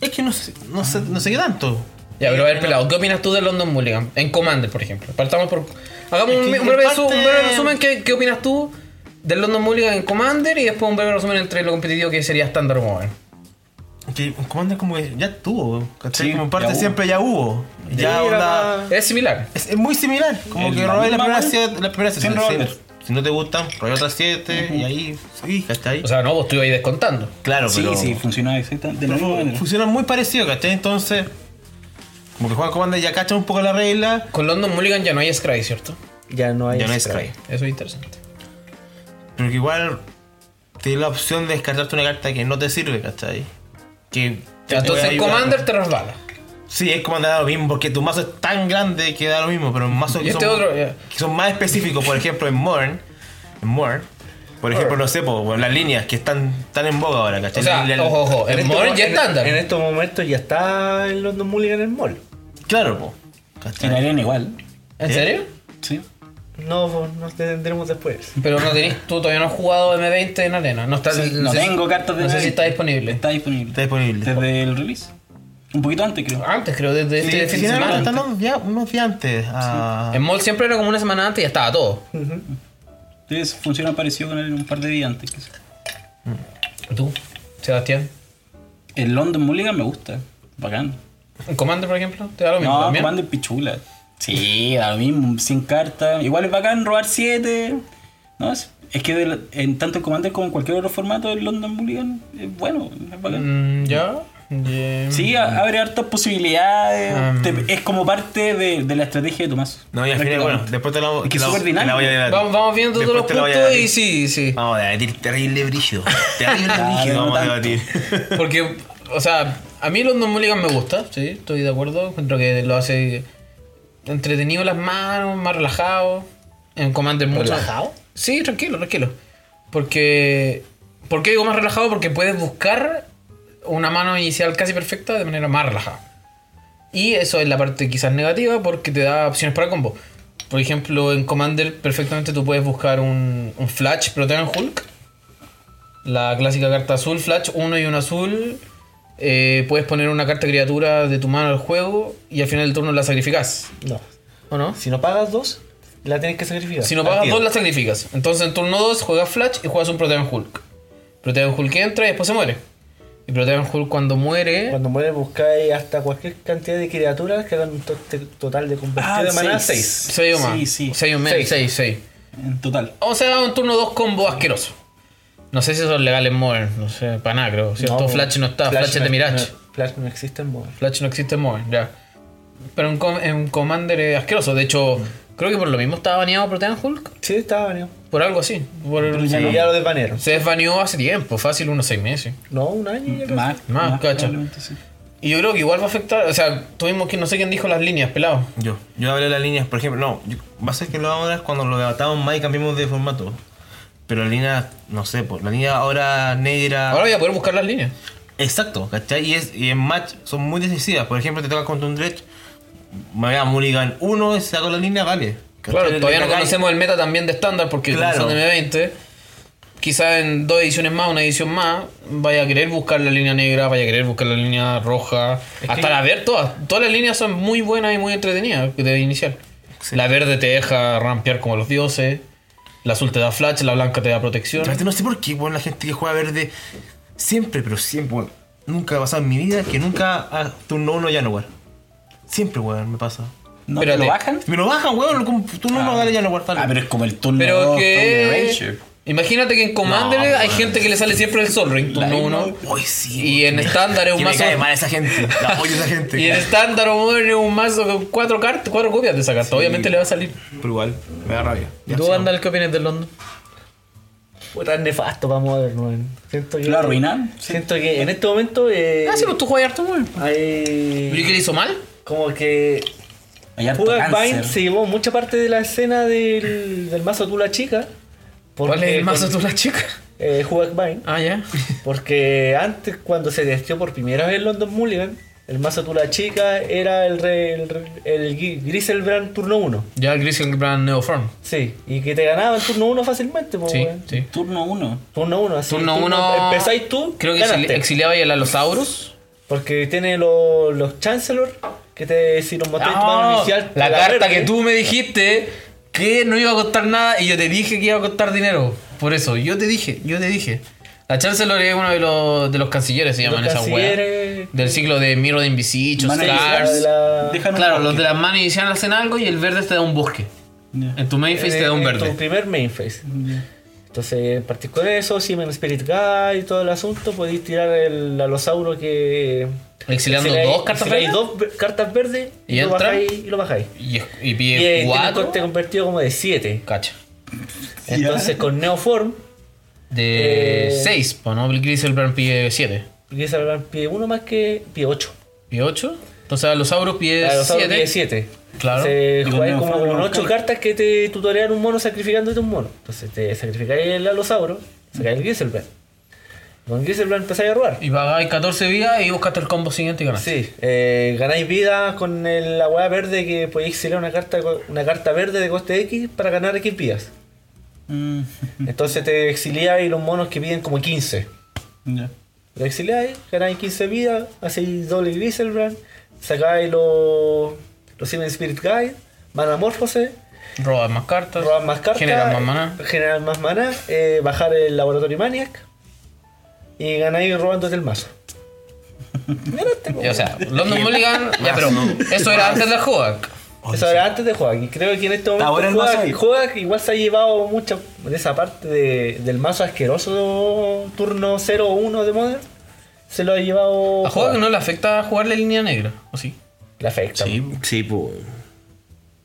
C: Es que no sé, no sé, no sé qué tanto.
A: Ya, pero a ver, pelado, ¿qué opinas tú de London Mulligan? En Commander, por ejemplo. Partamos por. Hagamos
C: Es
A: un,
C: que
A: un breve,
C: comparte-
A: resu- un breve resumen. ¿qué, ¿Qué opinas tú del London Mulligan en Commander? Y después un breve resumen entre lo competitivo que sería Standard Mobile.
C: Que Commander como que ya tuvo, ¿cachai?
D: Sí,
C: como parte
D: ya hubo.
C: siempre ya hubo. Ya
B: Sí,
C: onda-
B: era-
A: Es similar.
C: Es, es muy similar, como
D: Es
C: que
D: la
C: robáis la
D: misma
C: primera
D: weá.
C: siete, la primera siete.
D: robar.
C: Sí, Si no te gustan, robáis otras siete y ahí, sí, ¿cachai?
A: O sea, no, vos tú ibas ahí descontando.
C: claro,
D: Sí,
C: pero-
D: sí, funciona exactamente de la misma manera.
C: Funciona muy parecido, ¿cachai? Entonces, como que Juan Commander ya cacha un poco la regla.
A: Con London Mulligan ya no hay Scry, ¿cierto?
B: Ya no hay.
C: Ya no es
B: Scry.
C: Sky.
A: Eso es interesante.
C: Pero que igual te da la opción de descartarte una carta que no te sirve, ¿cachai? Que te
A: Entonces
C: puede
A: en
C: ayudar.
A: Commander te resbala.
C: Sí, es Commander da lo mismo, porque tu mazo es tan grande que da lo mismo, pero en mazos
A: Y
C: que,
A: este
C: son,
A: otro, ya.
C: que son más específicos, por ejemplo en Modern, en Modern, por ejemplo, no sé, po, bueno, las líneas que están tan en boga ahora, ¿cachai?
A: O sea,
C: El- el-
A: ojo, ojo, en
B: este
A: Modern
B: mo-
A: ya
B: en-
A: estándar.
B: En estos momentos ya está el London Mulligan en el mall.
C: Claro, po.
D: Y
C: ¿cachai?
D: la arena igual.
A: ¿En
C: ¿Eh?
A: serio?
D: Sí.
B: No, nos detendremos después.
A: Pero no tenés, tú todavía no has jugado M20 en arena. No, está,
D: Sí, no
A: sé-
D: tengo cartas de
A: No sé si
D: nadie.
A: está disponible.
D: Está disponible.
C: Está disponible.
D: Desde el release. Un poquito antes, creo.
A: Antes creo, desde
C: Sí,
A: este
C: sí,
A: fin de
C: no,
A: semana.
C: no, no, ya unos días antes. ah,
A: En mall siempre era como una semana antes y ya estaba todo.
D: Entonces funciona parecido con el un par de días antes. quizá.
A: ¿Tú, Sebastián?
D: El London Mulligan me gusta. Bacán.
A: ¿En Commander, por ejemplo? ¿Te da lo mismo
D: No,
A: también?
D: Commander pichula. Sí, da lo mismo, 100 cartas. Igual es bacán robar 7. No, es, es que del- en tanto en Commander como en cualquier otro formato, el London Mulligan es bueno, es bacán.
A: Mm, ¿Ya? Yeah.
D: Sí, a- abre hartas posibilidades.
A: Um.
D: Te- es como parte de, de la estrategia de Tomás.
C: no, y al final, bueno, después te la,
D: Es que
C: te la-
D: es súper
C: te la voy a
D: dinámico.
C: debatir.
A: Vamos, vamos viendo todos
C: Después
A: los
C: te la voy a
A: puntos y
C: debatir.
A: sí, sí.
C: Vamos a debatir terrible brillo. Terrible
D: Ah,
C: brillo,
D: no
C: vamos a
D: tanto.
C: debatir.
A: Porque, o sea, a mí London Mulligan me gusta, sí, estoy de acuerdo. Encuentro que lo hace entretenido las manos, más relajado. En Commander mucho.
B: ¿Relajado?
A: Sí, tranquilo, tranquilo. Porque. ¿Por qué digo más relajado? Porque puedes buscar una mano inicial casi perfecta de manera más relajada. Y eso es la parte quizás negativa porque te da opciones para combo. Por ejemplo, en Commander perfectamente tú puedes buscar un, un Flash Protean Hulk. La clásica carta azul, Flash, uno y un azul. Eh, puedes poner una carta criatura de tu mano al juego y al final del turno la sacrificas.
B: No.
A: ¿O no?
B: Si no pagas dos, la tienes que sacrificar.
A: Si no pagas
B: Al
A: dos,
B: tiro.
A: la sacrificas. Entonces en turno 2 juegas Flash y juegas un Protean Hulk. Protean Hulk entra y después se muere. Y Protean Hulk cuando muere.
B: Cuando mueres buscáis hasta cualquier cantidad de criaturas que hagan un to- te- total de convertir
D: Ah,
B: de maná
D: seis.
B: 6.
A: 6 o más.
D: Sí, sí.
A: 6 o menos.
B: Seis.
A: 6, 6.
D: En total.
A: O sea, un turno 2 combo asqueroso. No sé si eso es legal en Modern, no sé, para nada creo. ¿Cierto? Flash no está, Flash, es de Mirage.
B: Flash no existe en Modern.
A: Flash no existe en Modern, ya. Pero en, Com- en Commander es asqueroso. De hecho, creo que por lo mismo estaba baneado Protean Hulk.
B: Sí, estaba baneado.
A: Por algo así. Por-
D: ya
B: Y
D: no.
B: ya lo desbanearon.
A: Se desbaneó hace tiempo, fácil, unos 6 meses.
B: No, un año ya casi.
D: Más,
A: Más, cacha.
D: probablemente, sí.
A: Y yo creo que igual va a afectar. O sea, tuvimos que no sé quién dijo las líneas, pelado.
C: Yo, yo hablé de las líneas, por ejemplo, no, yo- va a ser que lo vamos a hablar cuando lo debatamos más y cambiemos de formato. Pero la línea, no sé, pues, la línea ahora
D: Ah.
C: negra.
A: Ahora voy a poder buscar las líneas.
C: Exacto, ¿cachai? Y, es, y en match son muy decisivas. Por ejemplo, te toca contra un Dredge, me voy a Mulligan 1, saco la línea, vale. ¿Cachai?
A: Claro,
C: Le
A: todavía no
C: cagáis.
A: conocemos el meta también de estándar porque
C: Claro.
A: son de M20. Quizás en dos ediciones más, una edición más, vaya a querer buscar la línea negra, vaya a querer buscar la línea roja. hasta la verde, todas, todas las líneas son muy buenas y muy entretenidas de inicial. La verde te deja rampear como los dioses. La azul te da flash, la blanca te da protección.
C: Realmente No sé por qué, bueno, la gente que juega verde siempre, pero siempre, bueno, nunca ha pasado en mi vida que nunca a turno 1 Janowar. Siempre, weón, me pasa.
D: ¿No
A: Espérate.
D: ¿te lo bajan?
C: Me lo bajan, weón, como turno 1 dale Janowar, dale.
D: Ah, pero es como el turno
A: Pero
D: dos, turno de
A: que.
D: Ranger.
A: Imagínate que en Commander
C: No,
A: hay gente que le sale siempre el Sol Ring, turno
D: La-
A: uno.
C: Uy, sí,
A: Y
C: weón,
A: en
C: me-
A: estándar es un
C: que me
A: mazo-
C: cae mal esa gente. La odio esa gente.
A: Y el estándar o modern es un mazo con cuatro cartas, cuatro copias de esa carta. Obviamente le va a salir.
C: Pero igual, me da rabia.
A: ¿Y tú, Andal, qué opinas del London?
B: Fue tan nefasto para Modern, weón. Siento que.
D: ¿Lo arruinan? Sí.
B: Siento que en este momento. Eh,
A: Ah, sí, pues tú juegas harto modern.
B: Hay.
A: ¿Y qué le hizo mal?
B: Como que.
D: Hay harto
B: Puga Vine
D: cáncer.
B: se llevó mucha parte de la escena del, del mazo Tula Chica. porque
A: ¿Cuál es el mazo
B: con-
A: tú, la chica?
B: Eh, Jugac Vine.
A: Ah, ya.
B: Porque antes, cuando se testeó por primera vez London Mulligan, El mazo tú la chica era el, re- el, re- el Gri- Griselbrand turno 1.
A: Ya el Griselbrand Neoform.
B: Sí, y que te ganaba el turno 1 fácilmente, pues,
A: Sí,
B: weón.
A: sí.
D: Turno 1.
B: Turno 1, así.
A: Turno 1.
B: Empezáis tú,
A: Creo que exili-
B: ganaste.
A: exiliaba ya el Alosaurus.
B: Porque tiene los, los Chancellor, que te, si los matáis tu mano
A: No,
B: inicial. te
A: la carta
B: verde.
A: que tú me dijiste que no iba a costar nada y yo te dije que iba a costar dinero. Por eso, yo te dije, yo te dije. La Chancellor es uno de los, de los cancilleres, se
B: Los
A: llaman esas
B: cancilleres.
A: weas. Del ciclo de Miro de Invisichos,
D: Mana
A: Stars.
B: de la-
D: Déjanos
A: Claro,
D: un
A: los
D: bosque.
A: de las manos iniciales hacen algo y el verde te da un bosque.
D: Ya.
A: En tu main face te da un
B: en- en Eh, Tu
A: verde.
B: primer main face. Entonces, partís con eso, Siemens Spirit Guide y todo el asunto, podéis tirar el alosauro que.
A: Exiliando
B: exiliáis-
A: dos cartas
B: exiliáis
A: verdes.
B: dos ver- cartas verdes y,
A: ¿Y
B: lo
A: entra?
B: bajáis, y lo bajáis.
A: Y, y
B: Y, eh,
A: pide
B: tiene un
A: cuatro.
B: coste convertido como de 7.
A: Cacha.
B: Entonces, con Neoform,
A: De
B: Eh,
A: 6, ¿no? El Griselbrand pide 7.
B: Griselbrand pide uno más que pide 8.
A: Pide 8. Entonces Alosaurus pide
B: Alosauro pide
A: 7.
B: 7.
A: Claro.
B: Se
D: Y con
B: jugáis
D: Neoform
B: como
D: lo
B: con 8
D: bajáis.
B: cartas que te tutorean un mono sacrificándote un mono. Entonces, te sacrificáis el alosauro, sacáis el Griselbrand. Con Griselbrand empezáis a robar.
A: Y pagáis 14 vidas y buscaste el combo siguiente y ganaste.
B: Sí, eh, ganáis vida con el- la hueá verde que podéis exiliar una carta, co- una carta verde de coste X para ganar X vidas.
D: Mm,
B: Entonces te exiliáis los monos que piden como 15.
D: ya.
B: Lo exiliáis, ganáis 15 vidas, hacéis doble Griselbrand, sacáis los los Siemens Spirit Guide, Manamorphose,
A: Robas más cartas.
B: robas más cartas,
A: Generas más maná.
B: generas más maná, eh, bajar el Laboratorio Maniac y ganáis robándote el mazo. Ganaste, po,
A: Ya, o sea, London Mulligan. ya, pero eso era antes del Hoag.
B: Eso era antes de Joaquín. Y creo que en este momento
D: Oh, Ahora el mazo
B: Joaquín
D: ahí.
B: igual se ha llevado mucha de esa parte de- del mazo asqueroso turno 0-1 de Modern. Se lo ha llevado.
A: A Hoag
B: Joaquín.
A: no le afecta jugarle línea negra, ¿o sí?
B: La afecta.
C: Sí,
B: po.
C: sí, pues.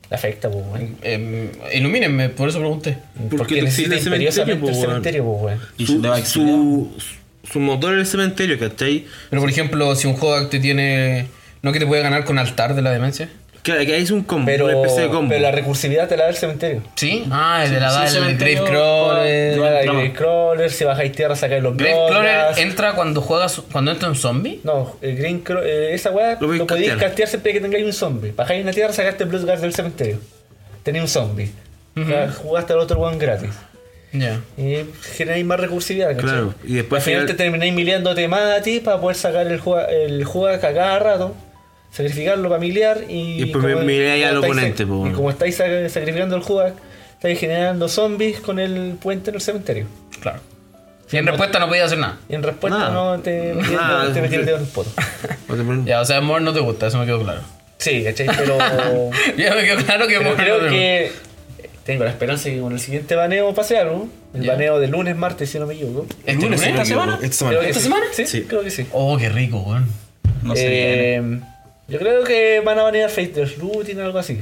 B: La afecta, pues, weón.
A: Eh, ilumínenme, por eso pregunté.
B: Porque,
C: Porque te
B: necesita
C: exila el
B: imperiosamente el cementerio,
C: cementerio,
B: pues, weón.
C: Y
D: Su-
C: su,
D: la
C: su, su motor del cementerio, ¿cachai?
A: Pero por ejemplo, si un Hoag te tiene. ¿No que te puede ganar con altar de la demencia?
C: Claro, que ahí es un combo,
B: Pero,
C: una especie de combo.
B: pero la recursividad te la da el cementerio.
A: ¿Sí? Ah, el de la
D: sí,
A: edad,
D: se
A: el
D: mantuvo-
A: Gravecrawler.
B: Te da la
C: no.
B: Grave Crawler, si bajáis tierra sacáis los
A: Gravecrawler
B: Bloodlust.
A: entra cuando juegas. cuando entra un zombie.
B: No, el Green Cro- eh, esa weá
C: Lo
B: lo,
C: podéis
B: podéis
C: castear.
B: castear siempre que tengáis un zombie. Bajáis una tierra, sacaste Blood Guard del cementerio. Tenéis un zombie. Ya Jugaste al otro one gratis.
A: Ya.
B: Y generáis más recursividad, ¿cachai?
C: Claro, y después
B: al final,
C: al final-
B: te termináis miliándote más a ti para poder sacar el juego el juego a cada rato, sacrificarlo para miliar y.
C: Y después
B: como-
C: miliáis al
B: como estáis-
C: oponente, po,
B: Y
C: bueno.
B: como estáis sac- sacrificando el juego, estáis generando zombies con el puente en el cementerio.
A: Claro. Y en respuesta no podía hacer nada.
B: Y en respuesta
C: Nada.
B: no te,
C: Nada.
B: te metí el dedo en el poto.
C: O te ponen-
A: Ya, o sea, Mor no te gusta, eso me quedó claro.
B: Sí, ¿cachai? Pero.
A: Ya me quedó claro que
B: Pero
A: Mor
B: creo
A: no te
B: que tengo la esperanza de que con el siguiente baneo pase algo. El
A: Ya.
B: baneo de lunes, martes, si no me equivoco.
A: gusta. ¿Este lunes?
C: Esta semana. este
B: Creo que
A: ¿Esta
B: sí.
A: semana?
B: Sí,
C: Sí.
B: creo que sí.
A: Oh, qué rico, weón.
D: No sé.
B: Eh, yo creo que van a banear Faithless Routine o algo así.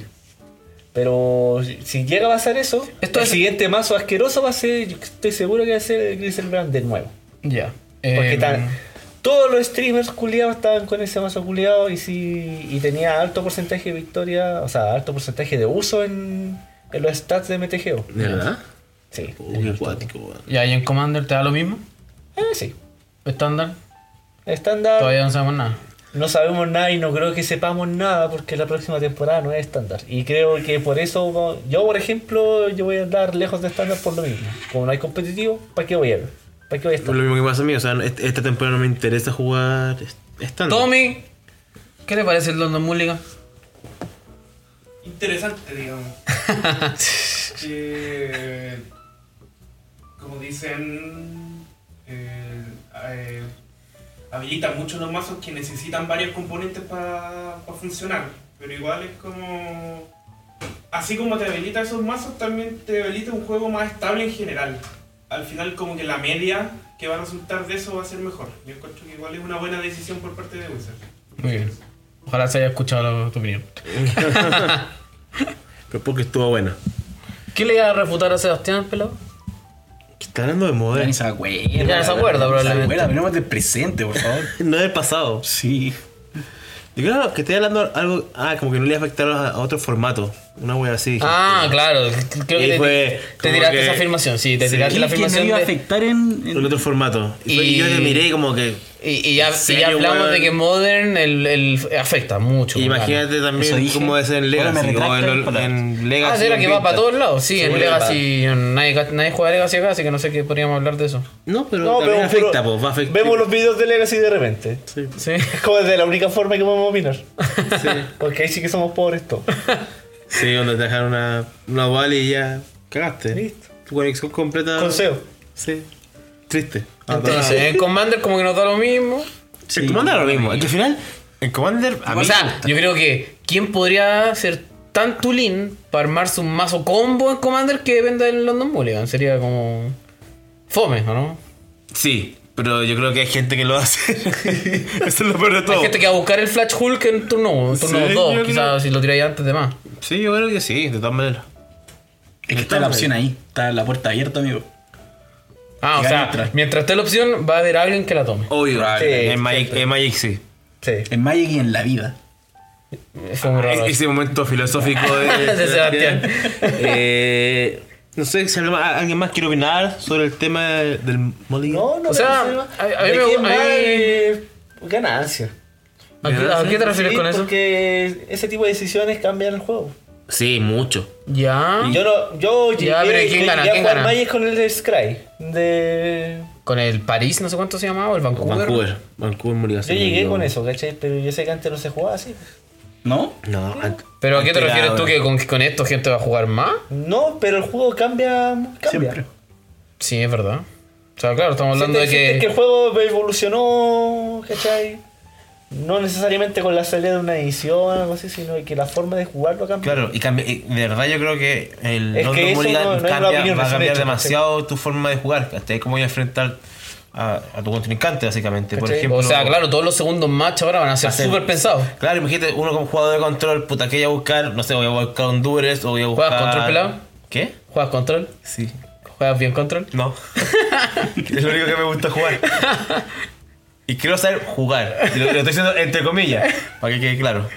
B: Pero si- si llega a pasar eso,
A: Esto
B: el
A: es-
B: siguiente mazo asqueroso va a ser, yo estoy seguro que va a ser el Griselbrand de nuevo.
A: Ya.
B: Porque
A: Eh,
B: tan- todos los streamers culiados estaban con ese mazo culiado y si y tenía alto porcentaje de victoria, o sea, alto porcentaje de uso en, en los stats de MTGO.
C: ¿De verdad?
B: Sí.
C: Uy, acuático, weón.
A: Ya, y en Commander te da lo mismo.
B: Ah, sí.
A: Estándar.
B: Estándar.
A: Todavía no sabemos nada.
B: No sabemos nada y no creo que sepamos nada porque la próxima temporada no es estándar. Y creo que por eso, no- yo por ejemplo, yo voy a andar lejos de estándar por lo mismo. Como no hay competitivo, ¿para qué voy a ¿Para qué voy a
C: Lo
B: estar?
C: mismo que pasa a mí, o sea, est- esta temporada no me interesa jugar est- estándar.
A: Tommy, ¿qué te parece el London Mulligan?
F: interesante, digamos. que, como dicen, eh, eh, habilita mucho los mazos que necesitan varios componentes para funcionar, pero igual es como... Así como te habilita esos mazos, también te habilita un juego más estable en general. Al final como que la media que va a resultar de eso va a ser mejor. Yo encuentro que igual es una buena decisión por parte de Wizard.
A: Muy bien. Ojalá se haya escuchado la- tu opinión.
C: Pero porque estuvo buena.
A: ¿Qué le iba a refutar a Sebastián, pelado?
C: ¿Qué está hablando de
D: Ya ni
C: modelo?
D: se acuerda.
A: Ya ni se acuerda, probablemente.
D: Acuerda, hablemos del presente, por favor.
C: No del pasado.
D: Sí.
C: Yo creo que estoy hablando algo. Ah, como que no le afectaron a, a otro formato. Una wea así. dije.
A: Ah, claro. Creo
C: Y
A: que te,
C: fue
A: te
C: como
A: tiraste
C: que-
A: esa afirmación, sí. Te
C: Sí.
A: tiraste la
D: ¿Qué que no
A: afirmación
D: iba a
A: de-
D: afectar en, en-
C: El otro formato. Y, fue-
A: Y-
C: y yo le miré como que.
A: Y, y ya,
C: ¿En
A: y ya
C: serio,
A: hablamos
C: weón?
A: de que Modern el, el- afecta mucho.
C: Imagínate
D: Eso
C: también
D: dije.
C: cómo es en
D: Ahora
C: Legacy. o
D: me retracto las
C: en,
D: palabras.
C: en Legacy.
A: Ah, será
C: o en
A: que va
C: Vintage.
A: para todos lados. Sí, en
E: Sí,
A: Legacy nadie, nadie juega Legacy acá, así que no sé qué podríamos hablar de eso.
C: No, pero
B: No,
C: también
B: pero-
C: afecta,
B: pero
C: pues. Va a afectar.
B: Vemos los videos de Legacy de repente.
C: Sí.
A: Sí.
B: Es como de la única forma que podemos opinar.
C: Sí. Ah.
B: Porque ahí sí que somos pobres todos.
C: Sí, donde te dejaron una, una bala y ya cagaste.
B: Listo.
C: Tu conexión completa.
B: Consejo.
C: Sí. Triste. Ah,
A: Entonces, en Commander como que nos da lo mismo.
C: el Commander era lo mismo. Es que al final, el Commander. A mí,
A: o sea, yo creo que ¿quién podría ser tan tulín para armarse un mazo combo en Commander que dependa del London Mulligan? Sería como... Fome, ¿o no?
C: Sí, pero yo creo que hay gente que lo hace. Eso es lo peor de todo.
A: Hay gente que va a buscar el Flash Hulk en turno, en turno
C: Sí,
A: 2,
C: yo
A: quizás
C: creo-
A: si lo tiráis antes de más.
C: Sí, yo creo que sí, de todas maneras.
D: Es que está la opción ahí, está la puerta abierta, amigo.
A: Ah, o
D: Gana
A: sea,
D: otra.
A: mientras esté la opción, va a haber alguien que la tome.
C: Obvio,
B: Sí,
C: en, Magic, en Magic sí.
B: Sí.
D: En Magic y en la vida.
A: Fue muy raro.
C: E- Ese momento filosófico de,
A: De Sebastián.
C: Eh, no sé si alguien más- alguien más quiere opinar sobre el tema del Molly.
B: No, no.
A: O sea,
B: no, no.
A: a- a mí
B: ¿De
A: me-
B: qué
A: a mí-
B: más, eh, Ganancia.
A: ¿A qué, a qué te refieres
B: Sí,
A: con eso?
B: Porque ese tipo de decisiones cambian el juego.
C: Sí, mucho.
A: Ya.
B: Yo no, yo
A: Ah. Ya, pero ¿quién
B: yo
A: gana?
B: llegué a
A: ¿Quién
B: jugar
A: gana?
B: Magic con el Scry. De...
A: Con el París, no sé cuánto se llamaba, o el Vancouver.
C: Vancouver. Vancouver murió
B: Yo llegué con eso, ¿cachai? Pero yo sé que antes no se jugaba así.
D: ¿No?
C: No, ah, ant-
A: Pero ¿a qué te
C: antes
A: refieres
C: era-
A: tú que con, con esto gente va a jugar más?
B: No, pero el juego cambia. cambia.
D: Siempre.
A: Sí, es verdad. O sea, claro, estamos hablando
B: Siente-
A: de
B: siente
A: que...
B: el juego evolucionó, ¿cachai? No necesariamente con la salida de una edición o algo así, sino que la forma de jugarlo cambió.
C: Claro, y cambia, y de verdad yo creo que el
B: Es que
C: London
B: eso
C: Mulligan
B: no- no es una
C: cambia-
B: opinión,
C: va a
B: es un
C: cambiar
B: hecho,
C: demasiado tu forma de jugar, hasta cómo voy a enfrentar a, a tu contrincante, básicamente. Por
B: ¿Cachai?
C: ejemplo,
A: O sea, claro, todos los segundos match ahora van a ser
C: Va a ser-
A: súper pensados.
C: Claro, imagínate uno como jugador de control, puta, que voy a buscar? No sé, voy a buscar Honduras o voy a buscar.
A: ¿Juegas control pelado?
C: ¿Qué?
A: ¿Juegas control?
C: Sí.
A: ¿Juegas bien control?
C: No. es lo único que me gusta jugar. Y quiero saber jugar. Y lo, lo estoy diciendo entre comillas, para que quede claro.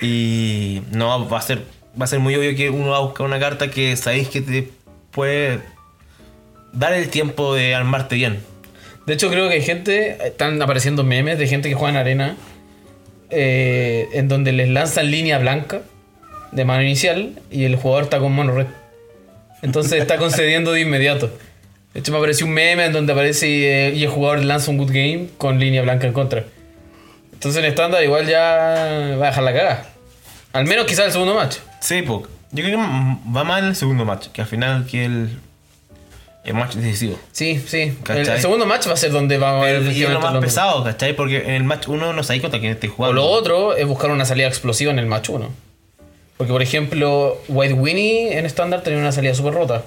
C: Y no, va a ser, va a ser muy obvio que uno va a buscar una carta que sabéis que te puede dar el tiempo de armarte bien.
A: De hecho, creo que hay gente, están apareciendo memes de gente que juega en arena, eh, en donde les lanzan línea blanca de mano inicial y el jugador está con mono red. Entonces está concediendo de inmediato. De hecho, me apareció un meme en donde aparece eh, y el jugador lanza un good game con línea blanca en contra. Entonces en estándar igual ya va a dejar la cagada. Al menos quizás el segundo match.
C: Sí, po. Yo creo que mm, va mal el segundo match, que al final que el, el match decisivo.
A: Sí, sí. El- El,
C: ¿Cachai?
A: segundo match va a ser donde vamos a ver
C: El, y uno
A: efectivamente
C: más
A: los-
C: pesado, ¿cachai? Porque en el match uno no sabéis contra quién estáis
A: O
C: jugando.
A: lo otro es buscar una salida explosiva en el match 1. Porque, por ejemplo, White Winnie en estándar tenía una salida súper rota.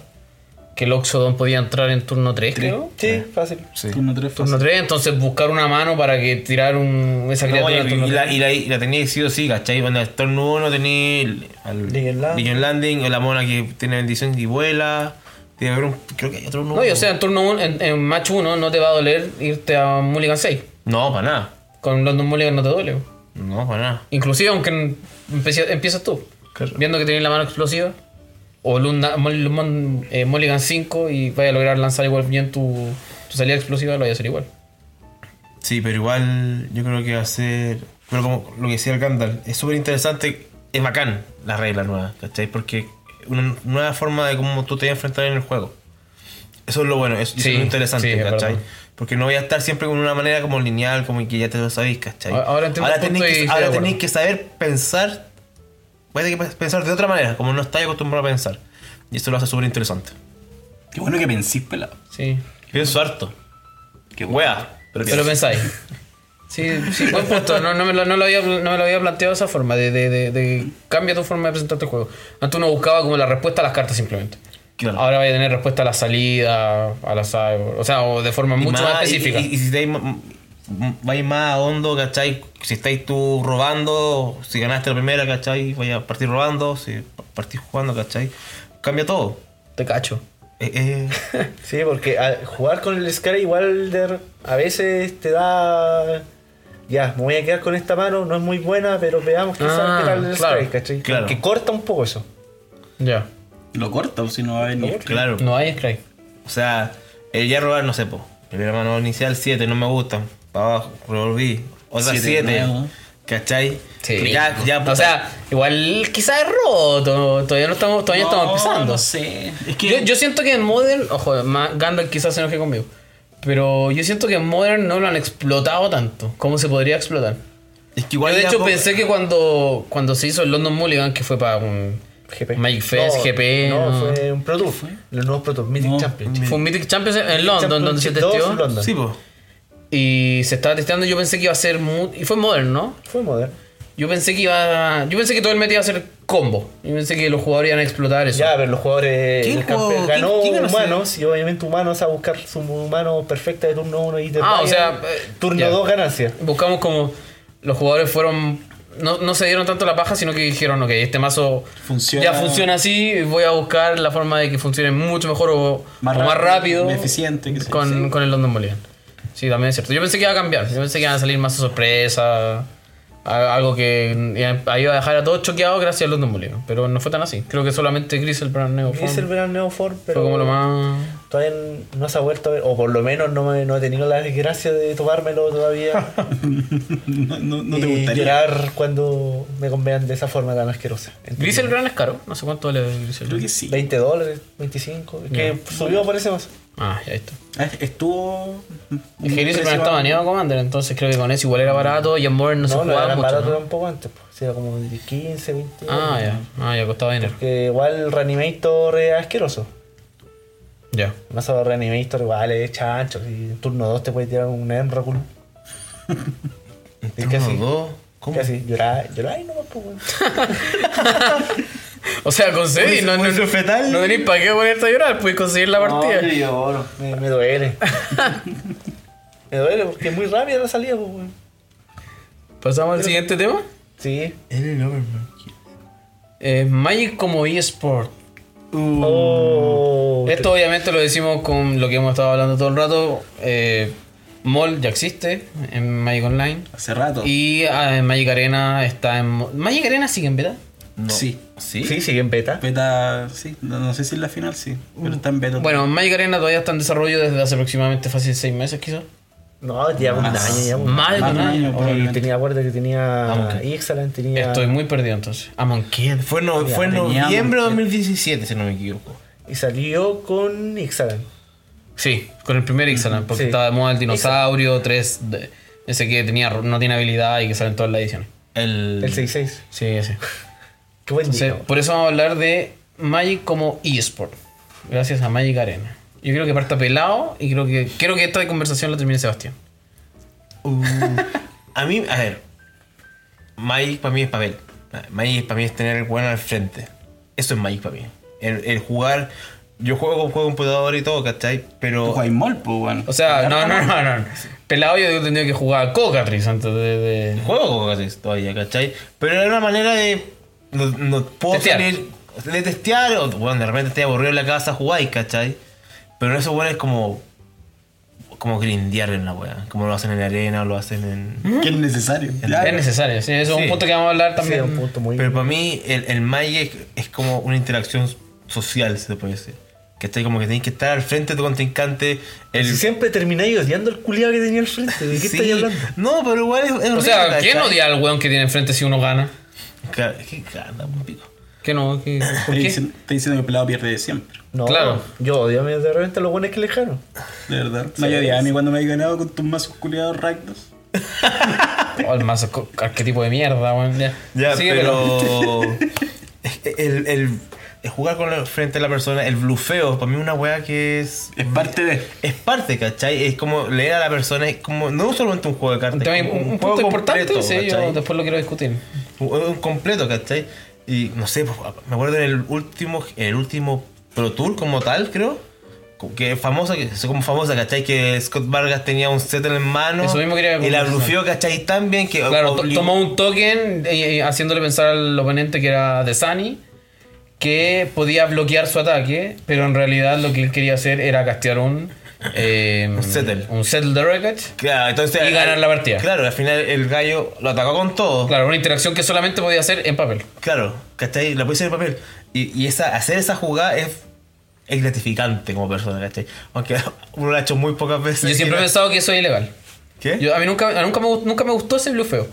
A: Que el Oxodon podía entrar en turno 3, creo.
B: Sí, fácil.
C: Ah, Sí.
D: Turno tres,
A: Turno
D: fácil.
A: 3, entonces buscar una mano para que tirar un, esa
C: No, y,
A: criatura en turno
C: y la,
A: tres.
C: y, la, y la tenéis sí o sí, ¿cachai? Cuando el turno 1 tenéis el- al
B: Legion Landing.
C: Legion Landing, o la mona que tiene bendición y vuela. Tiene que haber un, creo que hay otro uno.
A: No, y o sea, en turno uno- en, en match 1 no te va a doler irte a Mulligan 6.
C: No, para nada.
A: Con London Mulligan no te duele.
C: No, para nada.
A: Inclusive aunque en- empece- empiezas tú. Viendo que tienes la mano explosiva. O Lunda- Mol- Mon- eh, Mulligan 5 y vaya a lograr lanzar igual bien tu, tu salida explosiva, lo vaya a hacer igual.
C: Sí, pero igual yo creo que va a ser. Pero como lo que decía el Gandalf, es súper interesante, es bacán la regla nueva, ¿cachai? Porque una nueva forma de cómo tú te vas a enfrentar en el juego. Eso es lo bueno, eso, eso
A: Sí,
C: es lo interesante,
A: sí, es
C: ¿cachai?
A: verdad.
C: Porque no voy a estar siempre con una manera como lineal, como que ya te lo sabéis, ¿cachai?
A: A- ahora entiendo el punto
C: tenéis
A: y estoy
C: que,
A: de
C: ahora
A: acuerdo.
C: tenéis que saber pensar, vais a tener que pensar de otra manera, como no estáis acostumbrado a pensar. Y eso lo hace súper interesante.
D: Qué bueno que pensís, pelado.
A: Sí.
C: Pienso harto. Qué wea. Pero,
A: Pero pensáis. Sí, sí, buen punto. No, no me lo, no lo había, no me lo había planteado de esa forma, de, de, de- de- cambia tu forma de presentarte el juego. Antes uno buscaba como la respuesta a las cartas simplemente.
C: Claro.
A: Ahora vaya a tener respuesta a la salida, a la side, o sea, o de forma
C: Y
A: mucho más,
C: y-
A: específica.
C: Y, y si estáis m- m- vais más a hondo, ¿cachai? Si estáis tú robando, si ganaste la primera, ¿cachai? Vais a partir robando, si pa- partís jugando, ¿cachai? Cambia todo.
A: Te cacho.
C: Eh, eh,
B: Sí, porque al jugar con el Scry igual de- a veces te da ya, me voy a quedar con esta mano, no es muy buena, pero veamos qué
A: Ah,
B: sabe qué tal el
A: claro,
B: strike, ¿cachai?
C: claro.
B: Que corta un poco eso.
A: Ya.
D: Lo corta, o si no va a haber ni.
C: Claro.
A: No hay strike.
C: O sea, el ya robar, no sé, po. Primera mano inicial 7, no me gusta. Para abajo, revolví. Otra
D: Siete,
C: 7.
D: nuevo.
C: ¿Cachai?
A: Sí.
C: Ya, ya, puta.
A: o sea, igual quizás es roto. Todavía no estamos, todavía estamos
D: No,
A: empezando.
D: No sé. Es que.
A: Yo, yo siento que en Modern, ojo, ma- Gandalf quizás se enoje conmigo, pero yo siento que en Modern no lo han explotado tanto como se podría explotar.
C: es que igual
A: yo de
C: ya
A: hecho
C: po-
A: pensé que cuando, cuando se hizo el London Mulligan, que fue para un...
B: GP.
A: Magic Fest, GP,
B: No,
A: no.
B: fue un Pro Tour. Los nuevos Pro Tour, Mythic
D: No,
B: Championship.
A: Fue un Mythic Champions en London
B: Championship
A: donde se
B: 2 en
A: testeó
B: London.
C: Sí, po.
A: y se estaba testeando. Yo pensé que iba a ser... mu- Y fue en Modern, ¿no?
B: Fue moderno.
A: Yo pensé que iba... Yo pensé que todo el meta iba a ser combo. Yo pensé que los jugadores iban a explotar eso.
B: Ya, pero los jugadores.
C: ¿Quién
B: el campeón
C: jugó?
B: ganó
C: ¿Quién- quién ganó ese?
B: humanos y obviamente humanos a buscar su humano perfecta de turno 1 y de
A: Ah, o
B: Ryan,
A: sea, eh,
B: turno
A: ya.
B: 2 ganancia.
A: buscamos como los jugadores fueron no, no se dieron tanto la paja, sino que dijeron, ok, este mazo
D: Funciona.
A: ya funciona así, voy a buscar la forma de que funcione mucho mejor o
D: Más
A: o más
D: rápido,
A: rápido.
D: más eficiente, que sea,
A: con,
D: sí.
A: con el London Bolivian. Sí, también es cierto. Yo pensé que iba a cambiar, yo pensé que iban a salir más sorpresa, a- algo que a- iba a dejar a todos choqueados gracias al London Bolivian. Pero no fue tan así. Creo que solamente Grisel para Neo
B: Hice el
A: fue
B: verano Neoform, pero.
A: como lo más...
B: Todavía no se ha vuelto a ver, o por lo menos no, me- no he tenido la desgracia de tomármelo todavía.
D: no, no- no te
B: y
D: gustaría.
B: llorar cuando me convean de esa forma tan asquerosa. Entonces,
A: Griselbrand es caro, no sé cuánto vale Grisel.
D: Creo que sí.
B: 20 dólares, 25. Es que subió por ese más.
A: Ah, ya está.
D: Ah, Estuvo.
A: Es que Grizzly Plan está baneado a Commander, entonces creo que con eso igual era barato y en Modern no, se
B: No, no
A: jugaba
B: era
A: mucho.
B: barato
A: ¿no?
B: tampoco antes, pues. era como de 15, 20.
A: Ah, ya. Ah, ya costaba dinero.
B: Que igual Reanimator es asqueroso.
A: Ya.
B: Más a Reanimator igual es chancho. Y en turno 2 te puede tirar un Enrocul.
C: Turno
B: casi-
C: dos, ¿Cómo?
B: Casi llorar, llorar y no más, pues. weón.
A: O sea, conseguí, no, no,
C: Pulso fetal.
A: no tenéis para qué ponerte a llorar, puedes conseguir la partida.
E: yo lloro.
B: Me, me duele. me duele porque es muy rápida la salida, pues. weón.
A: Pasamos al siguiente tema.
B: Sí.
C: Él el Overman.
A: Eh, Magic como eSport.
B: Oh,
A: Esto obviamente lo decimos con lo que hemos estado hablando todo el rato. Eh, Mall ya existe en Magic Online.
D: Hace rato.
A: Y ah, en Magic Arena está en... mo- Magic Arena sigue en beta.
C: No.
D: Sí.
C: ¿Sí?
B: Sí, sigue en beta.
D: Beta, sí. No, no sé si en la final sí.
A: Mm.
D: Pero está en beta.
A: Bueno, Magic Arena todavía está en desarrollo desde hace aproximadamente fácil seis meses quizás.
B: No, lleva un
D: Más.
B: año, ya un
A: Más de
D: Más
A: un
D: de un
A: año.
D: año.
B: Oye,
D: probablemente.
B: tenía acuerdo que tenía
C: Amonkhet.
B: Ixalan, tenía.
A: Estoy muy perdido entonces. Amon Kid.
C: Fue, no, fue en
D: teníamos-
C: noviembre de 2017, si no me equivoco.
B: Y salió con Ixalan.
A: Sí, con el primer Ixalan, porque
B: Sí.
A: estaba de moda el dinosaurio, tres de- ese que tenía, no tiene habilidad y que sale en todas las ediciones.
C: El.
B: El 6-6.
A: Sí, ese.
B: Qué buen
A: Entonces,
B: día.
A: por eso vamos a hablar de Magic como eSport. Gracias a Magic Arena. Yo creo que parta pelado y creo que quiero que esta conversación la termine Sebastián.
C: Uh, a mí, a ver. Magic para mí es papel. Magic para mí es tener el bueno al frente. Eso es Magic para mí. El, el jugar. Yo juego con juego de computador y todo, ¿cachai? Pero.
D: Juega Mall, pues, bueno.
A: O sea, no, no,
D: Harta
A: no, no. Pelado yo tendría que jugar a Cocatris antes de... de-
C: juego con Cocatris todavía, ¿cachai? Pero era una manera de. No, no puedo
A: Testear.
C: salir. De testear, o bueno, de repente estoy aburrido en la casa, jugáis, ¿cachai? Pero eso, bueno, es como. Como grindear en la wea. Como lo hacen en la arena, o lo hacen en.
D: Que es necesario.
A: Es necesario, sí, eso es un
C: Sí.
A: punto que vamos a hablar
B: Sí,
A: también.
B: un punto muy.
C: Pero para mí, el, el Magic es como una interacción social, se puede decir. Que está como que tenés que estar al frente de tu contrincante. El,
B: Si siempre termináis odiando el culiado que tenía al frente. ¿De qué
C: Sí.
B: estáis hablando?
C: No, pero igual es, es
A: O
C: horrible,
A: sea, ¿quién
C: ¿cachai?
A: odia al weón que tiene enfrente si uno gana?
C: Ca- ¿Qué gana, un pico?
A: ¿Qué no? ¿Qué-
D: Te
A: ¿Por qué?
D: dicen, te dicen que el pelado pierde de siempre.
B: No,
A: Claro.
B: yo odio a mí de repente a los buenos que le dejaron.
D: De verdad. No, yo odiaba a mí cuando me he ganado con tus mazos culiados ragdos.
A: Oh, el mazo co- arquetipo de mierda, weón. Ya,
C: Ya,
A: Sigue,
C: pero. el, el- el jugar con el, frente a la persona, el blufeo, para mí es una weá que es.
D: Es
A: Mm.
D: parte de.
C: Es parte, ¿cachai? Es como leer a la persona, es como. No solamente un juego de cartas.
A: Un, tema-
C: es como
A: un- un
C: juego
A: punto importante,
C: completo,
A: sí, yo
C: ¿cachai?
A: después lo quiero discutir.
C: un, un completo, ¿cachai? Y no sé, pues, me acuerdo en el último, en el último Pro Tour como tal, creo. Que famosa, que es como famosa, ¿cachai? Que Scott Vargas tenía un set en mano.
A: Eso mismo quería
C: Y la
A: conversar.
C: blufeó, ¿cachai? Tan bien que.
A: Claro, to-
C: obligó-
A: tomó un token eh, eh, haciéndole pensar al oponente que era de Sunny que podía bloquear su ataque, pero en realidad lo que él quería hacer era castear un eh,
C: Un settle.
A: un settle de wreckage.
C: Claro, entonces.
A: Y ganar la partida.
C: Claro, al final el gallo lo atacó con todo. Claro,
A: Claro, una interacción que solamente podía hacer en papel.
C: ¿cachai? La puse en el papel. Y, y esa, hacer esa jugada es, es gratificante como persona, ¿cachai? Aunque uno lo ha hecho muy pocas veces.
A: Yo siempre he
C: Y-
A: pensado que eso es ilegal.
C: ¿Qué?
A: Yo- a mí nunca, a nunca, me, gust- nunca me gustó ese blufeo.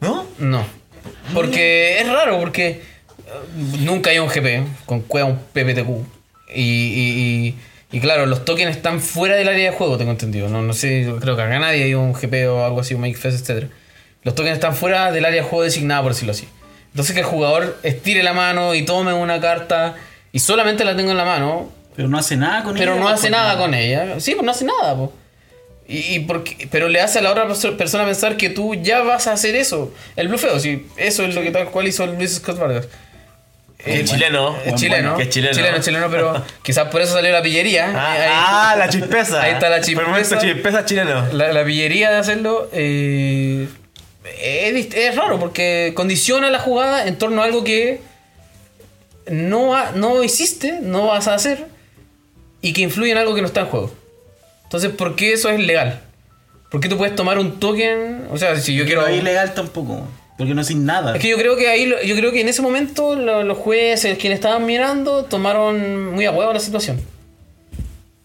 C: ¿No?
A: No. Porque es raro, porque eh, nunca hay un GP con cueva un PPTQ. Y, y, y- y claro, los tokens están fuera del área de juego, tengo entendido. No, no sé, yo creo que acá nadie hay un GP o algo así, un Makefest, etc. Los tokens están fuera del área de juego designada, por decirlo así. Entonces que el jugador estire la mano y tome una carta y solamente la tenga en la mano,
D: Pero no hace nada con
A: pero
D: ella,
A: no
D: pues,
A: hace
D: con-
A: nada con ella. Sí, pues no hace nada, po. Y, y porque, pero le hace a la otra perso- persona pensar que tú ya vas a hacer eso. El blufeo, sí. Eso es lo que tal cual hizo Luis Scott Vargas. Eh,
C: Que Eh, es chileno.
A: Es chileno.
C: Que es chileno.
A: Chileno, chileno, pero quizás por eso salió la pillería.
C: Ah,
A: Eh, ahí-
C: ah, la chispeza.
A: Ahí está la
C: Por el momento,
A: chispeza.
C: chispeza chileno.
A: La, la pillería de hacerlo eh, es, dist- es raro porque condiciona la jugada en torno a algo que no, ha- no hiciste, no vas a hacer y que influye en algo que no está en juego. Entonces, ¿por qué eso es legal? ¿Por qué tú puedes tomar un token? O sea, si yo quiero...
D: Pero es ilegal tampoco. Porque no hace nada.
A: Es que yo creo que ahí, lo- yo creo que en ese momento lo- los jueces, quienes estaban mirando, tomaron muy a huevo la situación.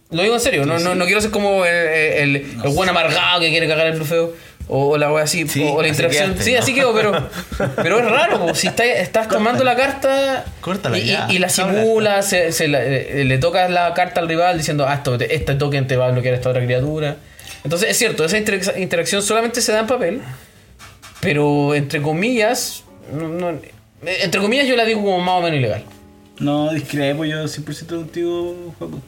A: Lo digo en serio, no, no, no quiero ser como el, el, el buen amargado que quiere cagar el blufeo. O, o la wea así,
C: Sí,
A: o, o la
C: así
A: interacción.
C: quedaste,
A: sí,
C: ¿no?
A: así quedó, pero, pero es raro, po, si está- estás tomando la carta
C: Córtala
A: y, y-
C: ya,
A: y la
C: cámara.
A: simulas, se, se la- eh, le tocas la carta al rival diciendo, ah, esto, te- este token te va a bloquear esta otra criatura. Entonces, es cierto, esa interac- interacción solamente se da en papel, pero entre comillas, no- no- eh, entre comillas yo la digo como más o menos ilegal.
D: No discrepo, yo 100% contigo, Juaco.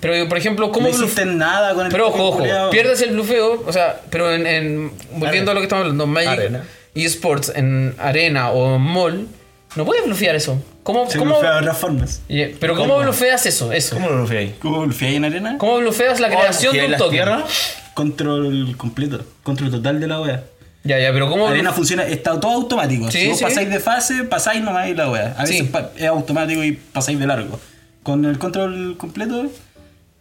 A: Pero, yo, por ejemplo, ¿cómo
D: No
A: blufeo?
D: hiciste nada con el
A: Pero ojo, ojo,
D: culiao.
A: pierdes el blufeo, o sea, pero en, en- volviendo a lo que estamos hablando, Magic
B: Arena.
A: eSports en arena o en mall, no puedes blufear eso. ¿Cómo,
D: Se
A: cómo-
D: blufea de otras formas.
A: Ye- pero ¿cómo, blufeas eso? eso?
C: ¿Cómo
A: ¿Cómo,
C: lo rufé ahí?
D: ¿Cómo blufeáis en arena?
A: blufeas la creación de un
C: las
A: token?
C: tierras?
D: Control completo. Control total de la wea.
A: Ya, ya, pero ¿cómo
D: Arena
A: bluf-
D: funciona, está todo automático.
A: Sí,
D: si vos
A: sí.
D: pasáis de fase, pasáis nomás y la wea. A veces
A: Sí.
D: pa- es automático y pasáis de largo. Con el control completo,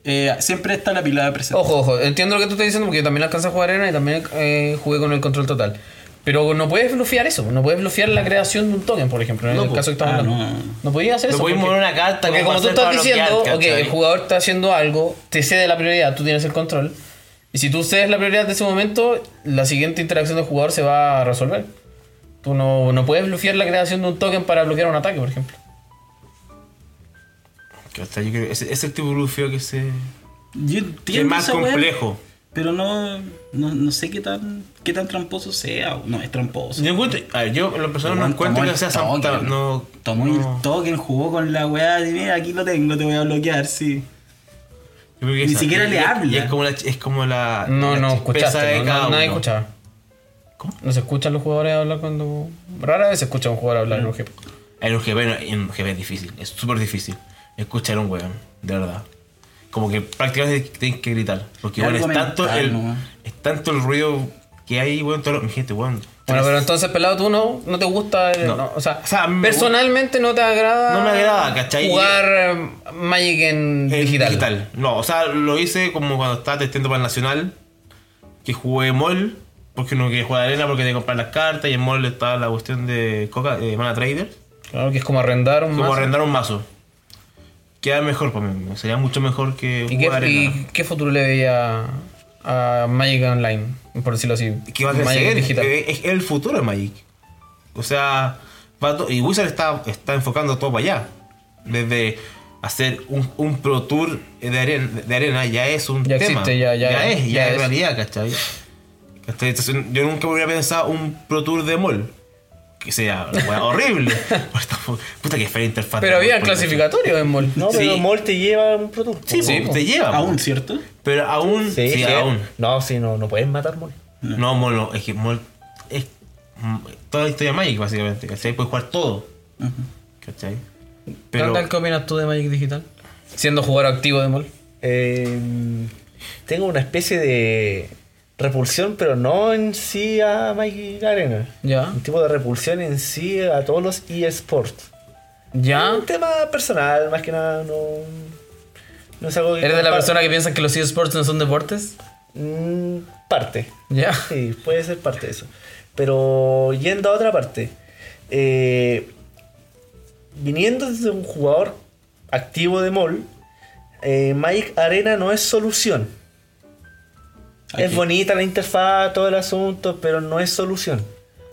D: eh, siempre está la pilada presente.
A: Ojo, ojo, entiendo lo que tú estás diciendo porque yo también alcancé a jugar arena y también eh, jugué con el control total. Pero no puedes blufear eso, no puedes blufear la creación de un token, por ejemplo, en el caso que estamos
D: Ah,
A: hablando. No,
D: no.
A: podías hacer
C: pues, No
A: eso.
C: podías
A: porque-
C: mover una carta
A: Porque
C: como
A: como
C: para
A: tú
C: hacer
A: estás
C: para
A: diciendo,
C: bloquear,
A: ok,
C: ¿cachai?
A: el jugador está haciendo algo, te cede la prioridad, tú tienes el control. Y si tú cedes la prioridad de ese momento, la siguiente interacción del jugador se va a resolver. Tú no, no puedes blufear la creación de un token para bloquear un ataque, por ejemplo.
C: Que, o sea, yo creo que ese, ese tipo de blufeo que se.
D: Yo
C: Que
D: entiendo
C: es más
D: esa wea,
C: complejo.
D: pero no, no, no sé qué tan, qué tan tramposo sea. o No, es tramposo.
C: Yo encuentro. A ver, yo en lo personal no
D: Weón,
C: encuentro
D: tomó
C: que
D: el
C: sea santa.
D: token.
C: No.
D: Tomó
C: no.
D: el token, jugó con la weá de mira, aquí lo tengo, te voy a bloquear, sí.
C: Yo creo que
D: Ni
C: esa-
D: siquiera le
C: y- y
D: habla.
C: Es como la. Es como la
A: No,
C: la
A: no,
C: chispeza de
A: escuchaste, no,
C: cada
A: no, nadie
C: uno.
A: escuchaba.
C: ¿Cómo?
A: No se escuchan los jugadores hablar cuando... Rara vez se escucha a un jugador hablar en un jefe.
C: En un GP, no, en un GP es difícil, es súper difícil escuchar a un weón, de verdad. Como que prácticamente tienes que gritar. Porque
D: Es
C: bueno, es
D: algo
C: tanto,
D: mental,
C: el,
D: ¿no?
C: es tanto el ruido que hay, weón, todo lo, mi gente, weón.
A: Bueno, pero entonces, pelado, tú no, no te gusta. eh,
C: No.
A: no, o, sea,
C: O sea, me
A: personalmente no te agrada.
C: No me agrada, ¿cachai?
A: Jugar eh, Magic en
C: Es
A: digital.
C: No, o sea, lo hice como cuando estaba testeando para el Nacional, que jugué MOL, porque uno que juega arena porque te comprar las cartas y en MOL está la cuestión de Coca, de Mana Trader.
A: Claro que es como arrendar un.
C: Como
A: mazo.
C: arrendar un mazo. Queda mejor para mí, sería mucho mejor que
A: ¿Y qué,
C: jugar arena.
A: y qué futuro le veía a Magic Online? Por decirlo así.
C: que va a
A: Magic
C: crecer,
A: digital.
C: eh, es el futuro de Magic. O sea, va to- y Wizard está, está enfocando todo para allá. Desde hacer un, un Pro Tour de arena, de arena ya es un
A: Ya
C: tema.
A: existe, ya- ya-
C: es, ya,
A: ya
C: es
A: es.
C: realidad, ¿cachai? ¿Cachai? Entonces, yo nunca hubiera pensado un Pro Tour de mol. Que sea la wea horrible. Pues Puta que fea interfaz.
A: Pero había
C: Porque-
A: clasificatorios en mol.
B: No, pero
C: Sí.
B: Mol te lleva un producto.
C: Sí,
A: Sí,
C: po,
A: po.
C: te lleva. po.
D: Aún, ¿cierto?
C: Pero aún. Sí, aún.
B: No, sí, no, no puedes matar Mol.
C: No, mono, es que mol, es mm, toda la historia Magic, básicamente, ¿cachai? Puedes jugar todo. ¿Cachai? Pero.
A: Randall, ¿Qué opinas tú de Magic Digital? Siendo jugador activo de mol.
B: Eh, tengo una especie de repulsión, pero no en sí a Mike Arena.
A: Ya.
B: Un tipo de repulsión en sí a todos los eSports.
A: Ya.
B: Mm, Un tema personal, más que nada, no. No es algo que
A: ¿Eres de la
B: compar-
A: persona que piensa que los eSports no son deportes?
B: Mm, parte.
A: Ya.
B: Sí, puede ser parte de eso. Pero yendo a otra parte, eh, viniendo desde un jugador activo de MOL, eh, Magic Arena no es solución. Es
D: Aquí.
B: bonita la interfaz, todo el asunto, pero no es solución.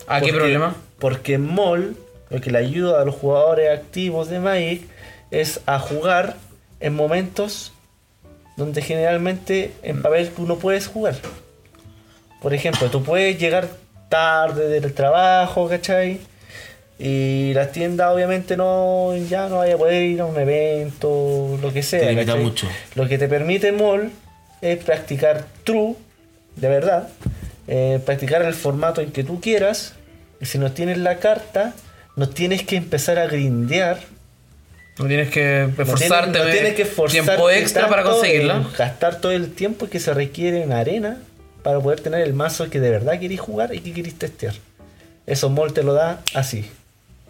A: ¿A Ah, qué
B: Porque-
A: problema?
B: Porque MOL, lo que le ayuda a los jugadores activos de Magic, es a jugar en momentos donde generalmente en papel tú no puedes jugar. Por ejemplo, tú puedes llegar tarde del trabajo, ¿cachai? Y las tiendas obviamente no, ya no vaya a poder ir a un evento, lo que sea.
C: Te limita
B: ¿cachai?
C: mucho.
B: Lo que te permite MOL es practicar true, de verdad, eh, practicar el formato en que tú quieras. Y si no tienes la carta, no tienes que empezar a grindear
A: No tienes que esforzarte.
B: no tienes, no tienes que esforzarte
A: Tiempo extra para
B: tanto
A: conseguirla.
B: en Gastar todo el tiempo que se requiere en arena para poder tener el mazo que de verdad querís jugar y que querís testear. Eso Mol te lo da así.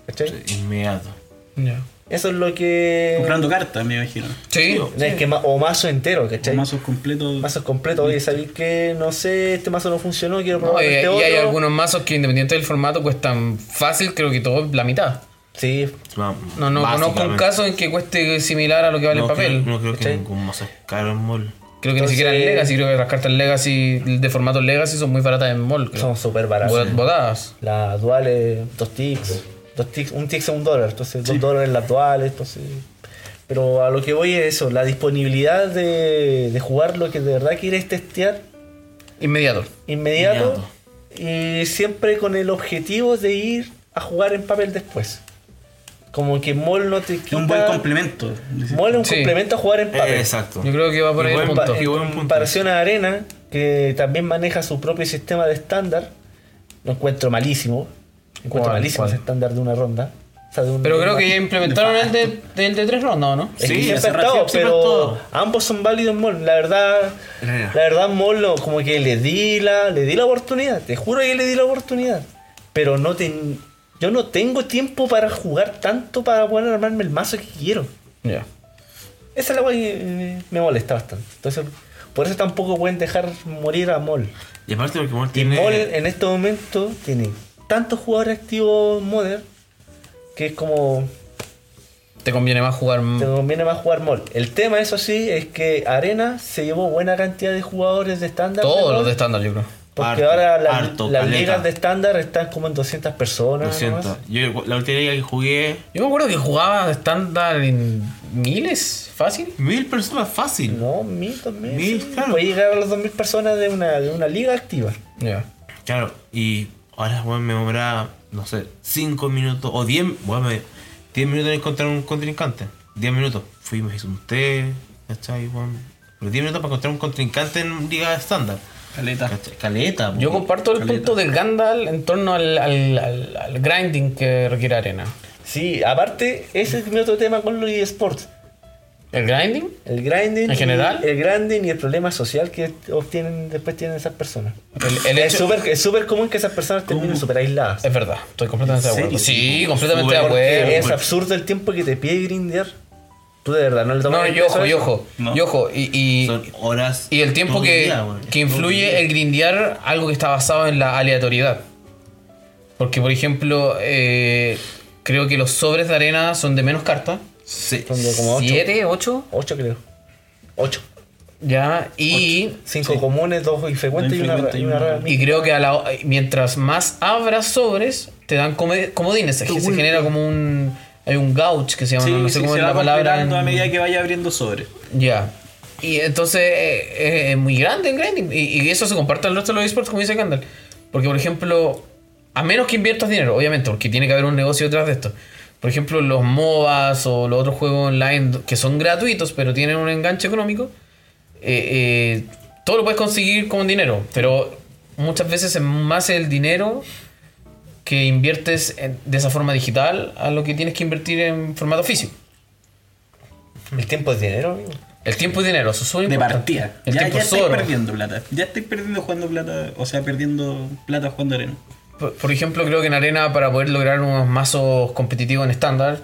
B: ¿Cachai?
C: Inmediato.
A: Ya.
B: Eso es lo que.
D: Comprando cartas, me imagino.
A: Sí.
B: Es que ma- o mazo entero, ¿cachai? Mazo,
D: Mazos completos.
B: completo. Oye, sabéis que no sé, este mazo no funcionó, quiero
A: No,
B: probar
A: y,
B: este
A: y
B: otro.
A: hay algunos mazos que independiente del formato cuestan fácil, creo que todo la mitad.
B: Sí,
A: No, no conozco un caso en que cueste similar a lo que vale
C: no,
A: el papel.
C: Creo, no creo que
B: ¿Cachai?
C: ningún mazo es caro en mall.
A: Creo que ni
B: Entonces-
A: siquiera en Legacy, creo que las cartas Legacy de formato Legacy son muy baratas en mall. creo.
B: son súper baratos.
A: Bo- Botadas.
B: Las duales, dos ticks. Dos ticks un tick es un dólar, entonces dos dólares las duales, entonces. Pero a lo que voy es eso, la disponibilidad de, de jugar lo que de verdad quieres testear
A: Inmediato.
B: inmediato, y siempre con el objetivo de ir a jugar en papel después. Como que MOL no te
D: Es
B: quita.
D: un buen complemento.
B: MOL es un
A: Sí.
B: complemento a jugar en papel.
C: Eh, exacto.
A: Yo creo que va por ahí el
B: En,
A: punto.
B: pa- en eh, comparación a Arena, que también maneja su propio sistema de estándar, lo encuentro malísimo. Encuentro
A: ¿Cuál,
B: malísimo
A: cuál?
B: ese estándar de una ronda. O sea, de un-
A: Pero creo
B: una-
A: que ya implementaron el de, el de tres rondas, ¿o no?
B: Es que
C: Sí,
B: siempre
C: hace
B: ha estado,
C: rato, siempre ha
B: pero
C: estado.
B: ambos son válidos en Mol. La verdad,
C: Arena.
B: la verdad Mol no, como que le di la, le di la oportunidad. Te juro que le di la oportunidad. Pero no ten- yo no tengo tiempo para jugar tanto para poder armarme el mazo que quiero.
A: Ya.
B: Esa es la weá que eh, me molesta bastante. Entonces, por eso tampoco pueden dejar morir a Mol.
C: Y aparte porque mall
B: Y
C: tiene...
B: Mol en este momento tiene tantos jugadores activos Modern que es como
A: Te conviene más jugar.
C: Mm.
B: te conviene más jugar Mol. El tema, eso sí, es que Arena se llevó buena cantidad de jugadores de estándar.
A: Todos
B: ¿no?
A: los de estándar, yo creo.
B: Porque
C: Harto,
B: ahora las,
C: harto,
B: las
C: caleta.
B: ligas de estándar están como en 200 personas.
C: Lo siento.
B: nomás.
C: Yo la última liga que jugué...
A: Yo me acuerdo que jugaba de estándar en miles, fácil.
C: Mil personas fácil.
B: No, mil, dos mil.
C: Mil,
B: sí.
C: claro.
B: Puede llegar a las 2000 personas de una, de una liga activa.
A: Ya.
C: Claro. Y ahora, weón, me demoraba, no sé, cinco minutos o diez... Weón, me... Diez minutos en encontrar un contrincante. Diez minutos. Fui, me hice un té, ¿cachai, weón? Pero diez minutos para encontrar un contrincante en liga estándar.
D: Caleta.
C: ¿Cachai? Caleta,
A: Yo
C: weón.
A: comparto el punto del Gandalf en torno al, al- al- al grinding que requiere arena.
B: Sí, aparte, ese es mi otro tema con los eSports.
A: ¿El grinding?
B: El grinding.
A: ¿En
B: y-
A: general?
B: el grinding y el problema social que obtienen después tienen esas personas.
A: El, el
B: Es
A: hecho-
B: súper es súper común que esas personas terminen súper aisladas.
A: Es verdad, estoy completamente de acuerdo.
D: serio?
A: Sí, completamente de
B: Porque
A: acuerdo.
B: es absurdo el tiempo que te pide grindear. Tú de verdad no le tomas
A: No,
B: el
A: y ojo,
B: peso a
A: y
B: eso.
A: ojo,
D: No.
A: y ojo, y, y-
C: Son horas...
A: y el tiempo
C: todo
A: que,
C: el día, weón.
A: que
C: Todo el día.
A: influye el grindear algo que está basado en la aleatoriedad. Porque, por ejemplo, eh, creo que los sobres de arena son de menos cartas.
C: Sí.
B: Son de como 8.
A: ¿Siete, ocho?
B: 8 creo. 8.
A: Ya, y,
B: 5 comunes, 2 infrecuentes y una, ra- y una rara.
A: y creo que a la, mientras más abras sobres, te dan come- comodines. Se, se genera como un... Hay un gauch que se llama,
D: Sí,
A: no sé
D: sí,
A: cómo
D: se
A: es
D: va
A: la palabra.
D: completando a
A: en-
D: medida que vaya abriendo sobre.
A: Ya. Y entonces eh, eh, es muy grande el grinding. Y, y eso se comparte al resto de los esports, como dice Kendall. Porque, por ejemplo, a menos que inviertas dinero, obviamente, porque tiene que haber un negocio detrás de esto. Por ejemplo, los MOBAs o los otros juegos online do- que son gratuitos, pero tienen un enganche económico, eh, eh, todo lo puedes conseguir con dinero. Pero muchas veces es más el dinero que inviertes en- de esa forma digital a lo que tienes que invertir en formato físico.
B: El tiempo es dinero, amigo.
A: El tiempo y dinero, eso es súper
D: De
A: importante.
D: partida.
A: El
D: Ya,
A: tiempo
D: ya
A: es
D: estáis
A: oro.
D: perdiendo plata. Ya estáis perdiendo jugando plata. O sea, perdiendo plata jugando arena.
A: Por, por ejemplo, creo que en arena para poder lograr unos mazos competitivos en estándar,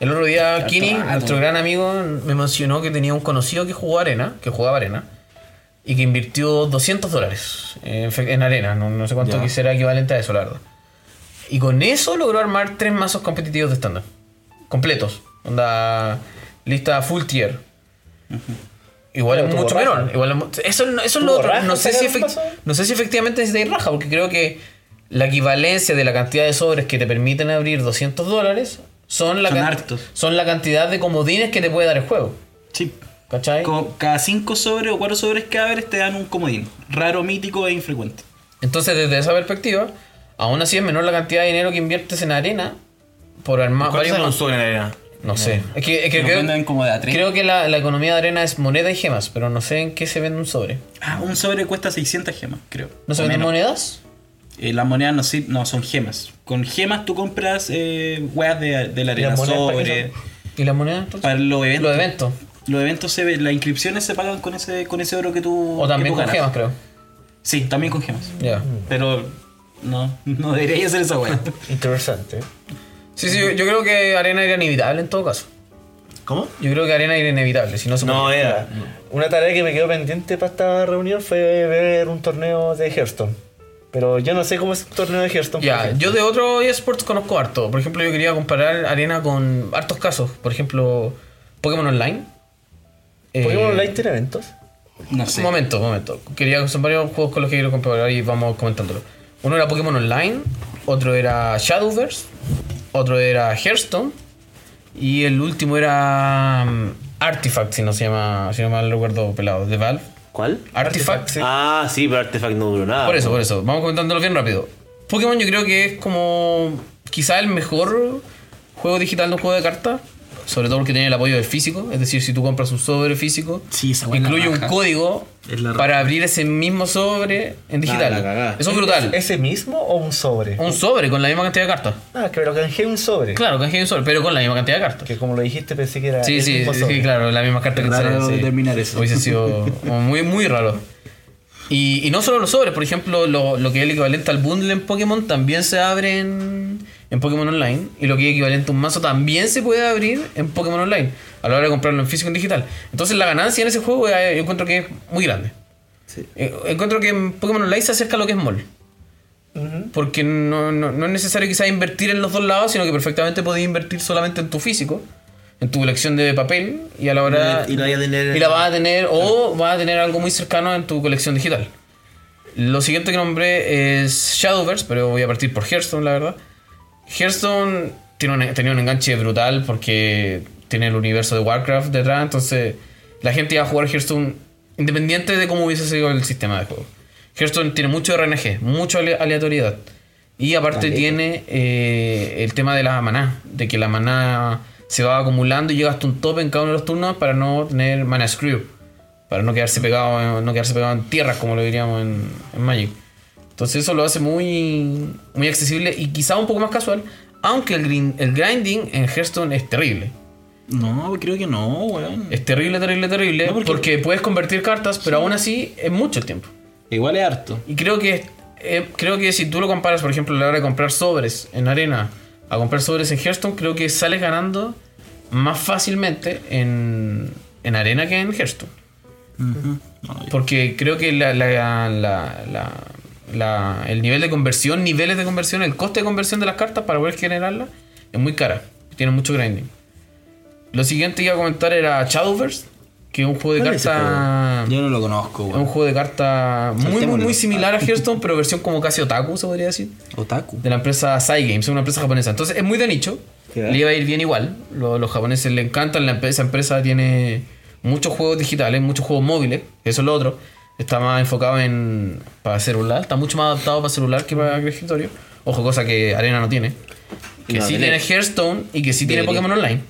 A: El otro día,
D: Harto
A: Kini,
D: rato.
A: nuestro gran amigo, me mencionó que tenía un conocido que jugó arena, que jugaba arena, y que invirtió 200 dólares en, fe- en arena. No, no sé cuánto
G: Ya.
A: que será equivalente a eso, la verdad. Y con eso logró armar tres mazos competitivos de estándar. Completos. Onda lista full tier. Igual
B: Pero
A: es
B: tuvo
A: mucho
B: raja.
A: menor. Igual es mu- eso no- eso es lo
B: ¿Tuvo
A: otro.
B: raja
A: No sé,
B: sacar
A: si
B: un
A: efec-
B: mazo?
A: no sé si efectivamente necesitáis raja, porque creo que la equivalencia de la cantidad de sobres que te permiten abrir 200 dólares son la,
D: Son
A: can-
D: hartos.
A: son la cantidad de comodines que te puede dar el juego.
D: Sí.
A: ¿Cachai?
D: Co- Cada 5 sobres o 4 sobres que abres te dan un comodín. Raro, mítico e infrecuente.
A: Entonces, desde esa perspectiva, aún así es menor la cantidad de dinero que inviertes en arena por armar
G: ¿Cuánto
A: varios.
G: saca un sobre en la arena?
A: No sé. Es que, es que
D: Eh, Nos
A: creo,
D: venden como de a tres.
A: creo que la, la economía de arena es moneda y gemas, pero no sé en qué se vende un sobre.
D: Ah, un sobre cuesta 600 gemas, creo.
A: ¿No se
D: O
A: venden
D: menos.
A: monedas?
D: Eh, las monedas no, sir- no son gemas. Con gemas tú compras eh, weas de, de la arena,
B: las monedas para qué
D: sobre.
A: ¿Y las monedas entonces?
D: Para los eventos.
A: Los eventos.
D: Los eventos se ve- las inscripciones se pagan con ese, con ese oro que tú.
A: O también
D: que tú
A: con
D: ganas.
A: gemas, creo.
D: Sí, también con gemas.
A: Ya.
D: Pero no, no debería hacer esa wea.
B: Interesante.
A: Sí, sí, yo, yo creo que arena era inevitable en todo caso.
G: ¿Cómo?
A: Yo creo que arena era inevitable, si no se
G: No,
A: podía.
G: era.
B: Una tarea que me quedó pendiente para esta reunión fue ver un torneo de Hearthstone. Pero yo no sé cómo es un torneo de Hearthstone. por
A: Ya,
B: ejemplo.
A: yo de otro eSports conozco harto. Por ejemplo, yo quería comparar arena con hartos casos. Por ejemplo, Pokémon Online. Eh,
B: ¿Pokémon Online tiene eventos?
D: No sé.
A: Un momento, un momento. Quería, son varios juegos con los que quiero comparar y vamos comentándolo. Uno era Pokémon Online, otro era Shadowverse, otro era Hearthstone y el último era mm, Artifact, si no se llama, si no mal recuerdo pelado, de Valve.
C: ¿Cuál?
A: Artifact.
C: Ah, sí, pero Artefact no duró nada.
A: Ah, Por eso, por eso. Vamos comentándolo bien rápido. Pokémon yo creo que es como quizá el mejor juego digital de un juego de cartas. Sobre todo porque tiene el apoyo del físico. Es decir, si tú compras un sobre físico,
D: Sí, esa weá es la
A: incluye un
D: raja.
A: código
H: Es la raja.
A: para abrir ese mismo sobre en digital.
C: Ah, la cagada.
A: Eso es brutal.
B: ¿Ese mismo o un sobre?
A: Un sobre con la misma cantidad de cartas.
B: Ah, que me lo canjeé un sobre.
A: Claro, canjeé un sobre, pero con la misma cantidad de cartas.
B: Que como lo dijiste pensé que era
A: Sí,
B: el
A: sí,
B: mismo
A: sí,
B: sobre.
A: claro, la misma carta que
D: Raro
A: sale, sí.
D: determinar eso.
A: Hubiese sido como muy, muy raro. Y, y no solo los sobres, por ejemplo, lo, lo que es el equivalente al bundle en Pokémon también se abre en, en Pokémon Online. Y lo que es equivalente a un mazo también se puede abrir en Pokémon Online a la hora de comprarlo en físico y en digital. Entonces la ganancia en ese juego eh, yo encuentro que es muy grande. Eh, Encuentro que en Pokémon Online se acerca a lo que es mall. Porque no, no- no es necesario quizás invertir en los dos lados, sino que perfectamente podéis invertir solamente en tu físico, en tu colección de papel, y a la hora...
H: Y la vaya a tener-
A: y la vas a tener, o vas a tener algo muy cercano en tu colección digital. Lo siguiente que nombré es Shadowverse, pero voy a partir por Hearthstone, la verdad. Hearthstone tiene un- tenía un enganche brutal porque tiene el universo de Warcraft detrás, entonces la gente iba a jugar Hearthstone independiente de cómo hubiese sido el sistema de juego. Hearthstone tiene mucho RNG, mucha ale- aleatoriedad. Y aparte tiene eh, el tema de la maná, de que la maná se va acumulando y llega hasta un tope en cada uno de los turnos para no tener mana screw, para no quedarse pegado, en- no quedarse pegado en tierras como lo diríamos en, en Magic. Entonces eso lo hace muy, muy accesible y quizá un poco más casual, aunque el, grin- el grinding en Hearthstone es terrible.
D: No, creo que no, weón.
A: Es terrible, terrible, terrible,
D: No,
A: porque...
D: porque-
A: puedes convertir cartas, pero aún así es mucho el tiempo.
D: Igual es harto.
A: Y creo que eh, creo que si tú lo comparas, por ejemplo, a la hora de comprar sobres en arena a comprar sobres en Hearthstone, creo que sales ganando más fácilmente en, en arena que en Hearthstone. Porque creo que la- la- la- la- la- el nivel de conversión, niveles de conversión, el coste de conversión de las cartas para poder generarlas es muy cara. Tiene mucho grinding. Lo siguiente que iba a comentar era Shadowverse, que es un juego de
H: ¿Cuál es ese
A: cartas.
D: Yo no lo conozco,
A: Es un
D: weón.
A: juego de cartas muy, muy,
D: Saltémoslo.
A: muy similar a Hearthstone, pero versión como casi otaku, se podría decir.
D: Otaku.
A: De la empresa Sai Games, es una empresa japonesa. Entonces es muy de nicho. Le iba a ir bien igual. Lo- los japoneses le encantan. La empresa, esa empresa tiene muchos juegos digitales, muchos juegos móviles. Eso es lo otro. Está más enfocado en para celular. Está mucho más adaptado para celular que para escritorio. Ojo, cosa que Arena no tiene. Que
C: No,
A: sí tiene
C: debería.
A: Hearthstone y que sí tiene Pokémon Online.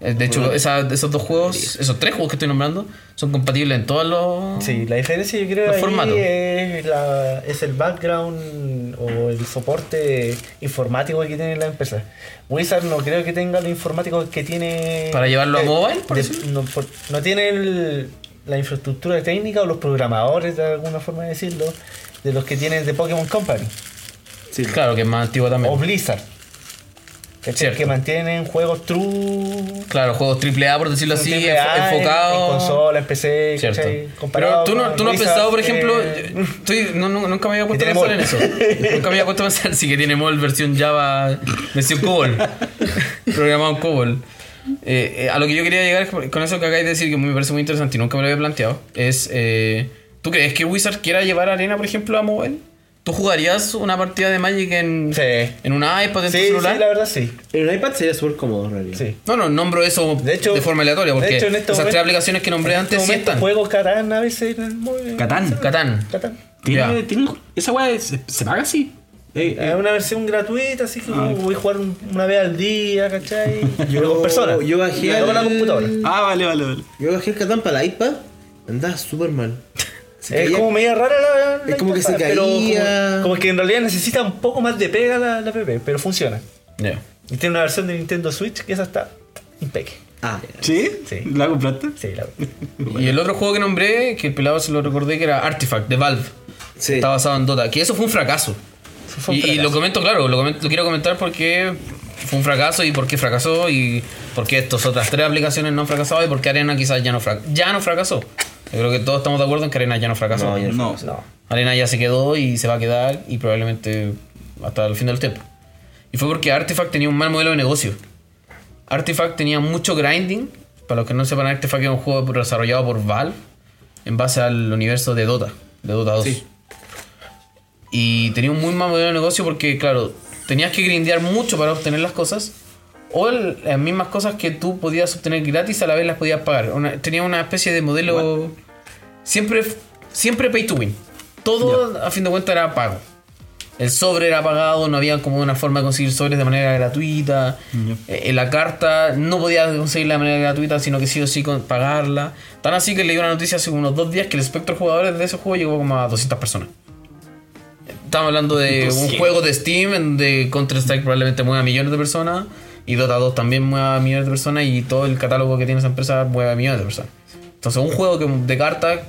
A: Eh, De hecho, esa- esos dos juegos, esos tres juegos que estoy nombrando, son compatibles en todos los.
B: Sí, la diferencia yo creo
A: Los
B: ahí
A: formatos.
B: es, la, es el background o el soporte informático que tiene la empresa. Wizard no creo que tenga lo informático que tiene...
A: ¿Para llevarlo a mobile, por
B: de-
A: decirlo?
B: no, por- no tiene el- la infraestructura técnica o los programadores, de alguna forma de decirlo, de los que tienen de Pokémon Company
A: Claro, que es más antiguo también.
B: o Blizzard. ¿cachai?
A: Cierto.
B: Este Que mantienen juegos true.
A: Claro, juegos AAA, por decirlo así,
B: triple A,
A: enfo-
B: en-
A: enfocados.
B: En, consola, en PC,
A: Cierto.
B: ¿cachai?
A: Pero
B: Comparado
A: tú no,
B: con
A: tú no has
B: Blizzard,
A: pensado, por ejemplo,
B: eh,
A: yo- estoy- no- no- nunca me había puesto a
B: tiene
A: pensar en eso.
B: mol.
A: Nunca me había puesto a pensar si que tiene mol versión Java, versión COBOL, programado en COBOL. Eh, eh, a lo que yo quería llegar es- con eso que acabáis de decir, que me parece muy interesante y nunca me lo había planteado, es, eh, ¿tú crees que Wizard quiera llevar Arena, por ejemplo, a móvil? ¿Tú jugarías una partida de Magic en,
B: Sí.
A: en una iPad, en
B: Sí,
A: tu
B: sí,
A: celular?
B: la verdad sí.
C: En un iPad sería súper cómodo, en realidad.
B: Sí.
A: No, no, nombro eso de,
B: De hecho-
A: forma aleatoria,
B: de
A: porque
B: hecho, en este
A: esas tres
B: momento- este
A: aplicaciones que nombré antes sí
B: momento
A: están.
B: juego Catán a veces en el móvil.
D: Catán.
A: Catán.
B: Catán.
D: ¿Tiene,
A: Ya.
D: tiene- esa weá se, se paga así. Eh, eh,
B: Es una versión gratuita, así que voy a jugar un- una vez al día, ¿cachai? Yo, con personas.
C: yo bajé
B: No con la
C: el-
B: computadora.
D: Ah, vale, vale, vale.
C: Yo bajé el Catán para la iPad, andaba súper mal. Se
B: Es
C: caía-
B: como media rara la, la
C: Es como que se
B: interfaz, pero
C: caía.
B: Como, como que en realidad necesita un poco más de pega la, la PP, pero funciona.
A: Ya.
B: Y tiene una versión de Nintendo Switch que esa está impeque.
C: Ah,
D: ¿Sí?
B: Sí.
D: ¿La compraste?
B: Sí, la
A: Y el otro juego que nombré, que el pelado se lo recordé, que era Artifact, de Valve.
C: sí.
A: Está basado en Dota. Que eso fue un fracaso.
B: eso fue un
A: y, y lo
B: fracaso.
A: comento, claro, lo, comen- lo quiero comentar porque fue un fracaso y por qué fracasó y por qué estas otras tres aplicaciones no han fracasado y por qué Arena quizás ya no, frac- ya no fracasó. Yo creo que todos estamos de acuerdo en que Arena ya no fracasó.
C: No, ya no.
D: No.
B: No.
A: Arena ya se quedó y se va a quedar y probablemente hasta el fin del tiempo. Y fue porque Artifact tenía un mal modelo de negocio. Artifact tenía mucho grinding. Para los que no sepan, Artifact es un juego desarrollado por Valve en base al universo de Dota, de Dota 2. Y tenía un muy mal modelo de negocio porque, claro, tenías que grindear mucho para obtener las cosas. O el- las mismas cosas que tú podías obtener gratis a la vez las podías pagar. Una- tenía una especie de modelo... Siempre, siempre pay to win. Todo, a fin de cuentas, era pago. El sobre era pagado, no había como una forma de conseguir sobres de manera gratuita. Eh, eh, la carta no podía conseguirla de manera gratuita, sino que sí o sí con- pagarla. Tan así que leí una noticia hace unos dos días que el espectro de jugadores de ese juego llegó como a 200 personas. Estamos hablando de un juego de Steam en donde Counter-Strike probablemente mueva millones de personas y Dota 2 también mueva millones de personas y todo el catálogo que tiene esa empresa mueve millones de personas. Entonces un juego que, de cartas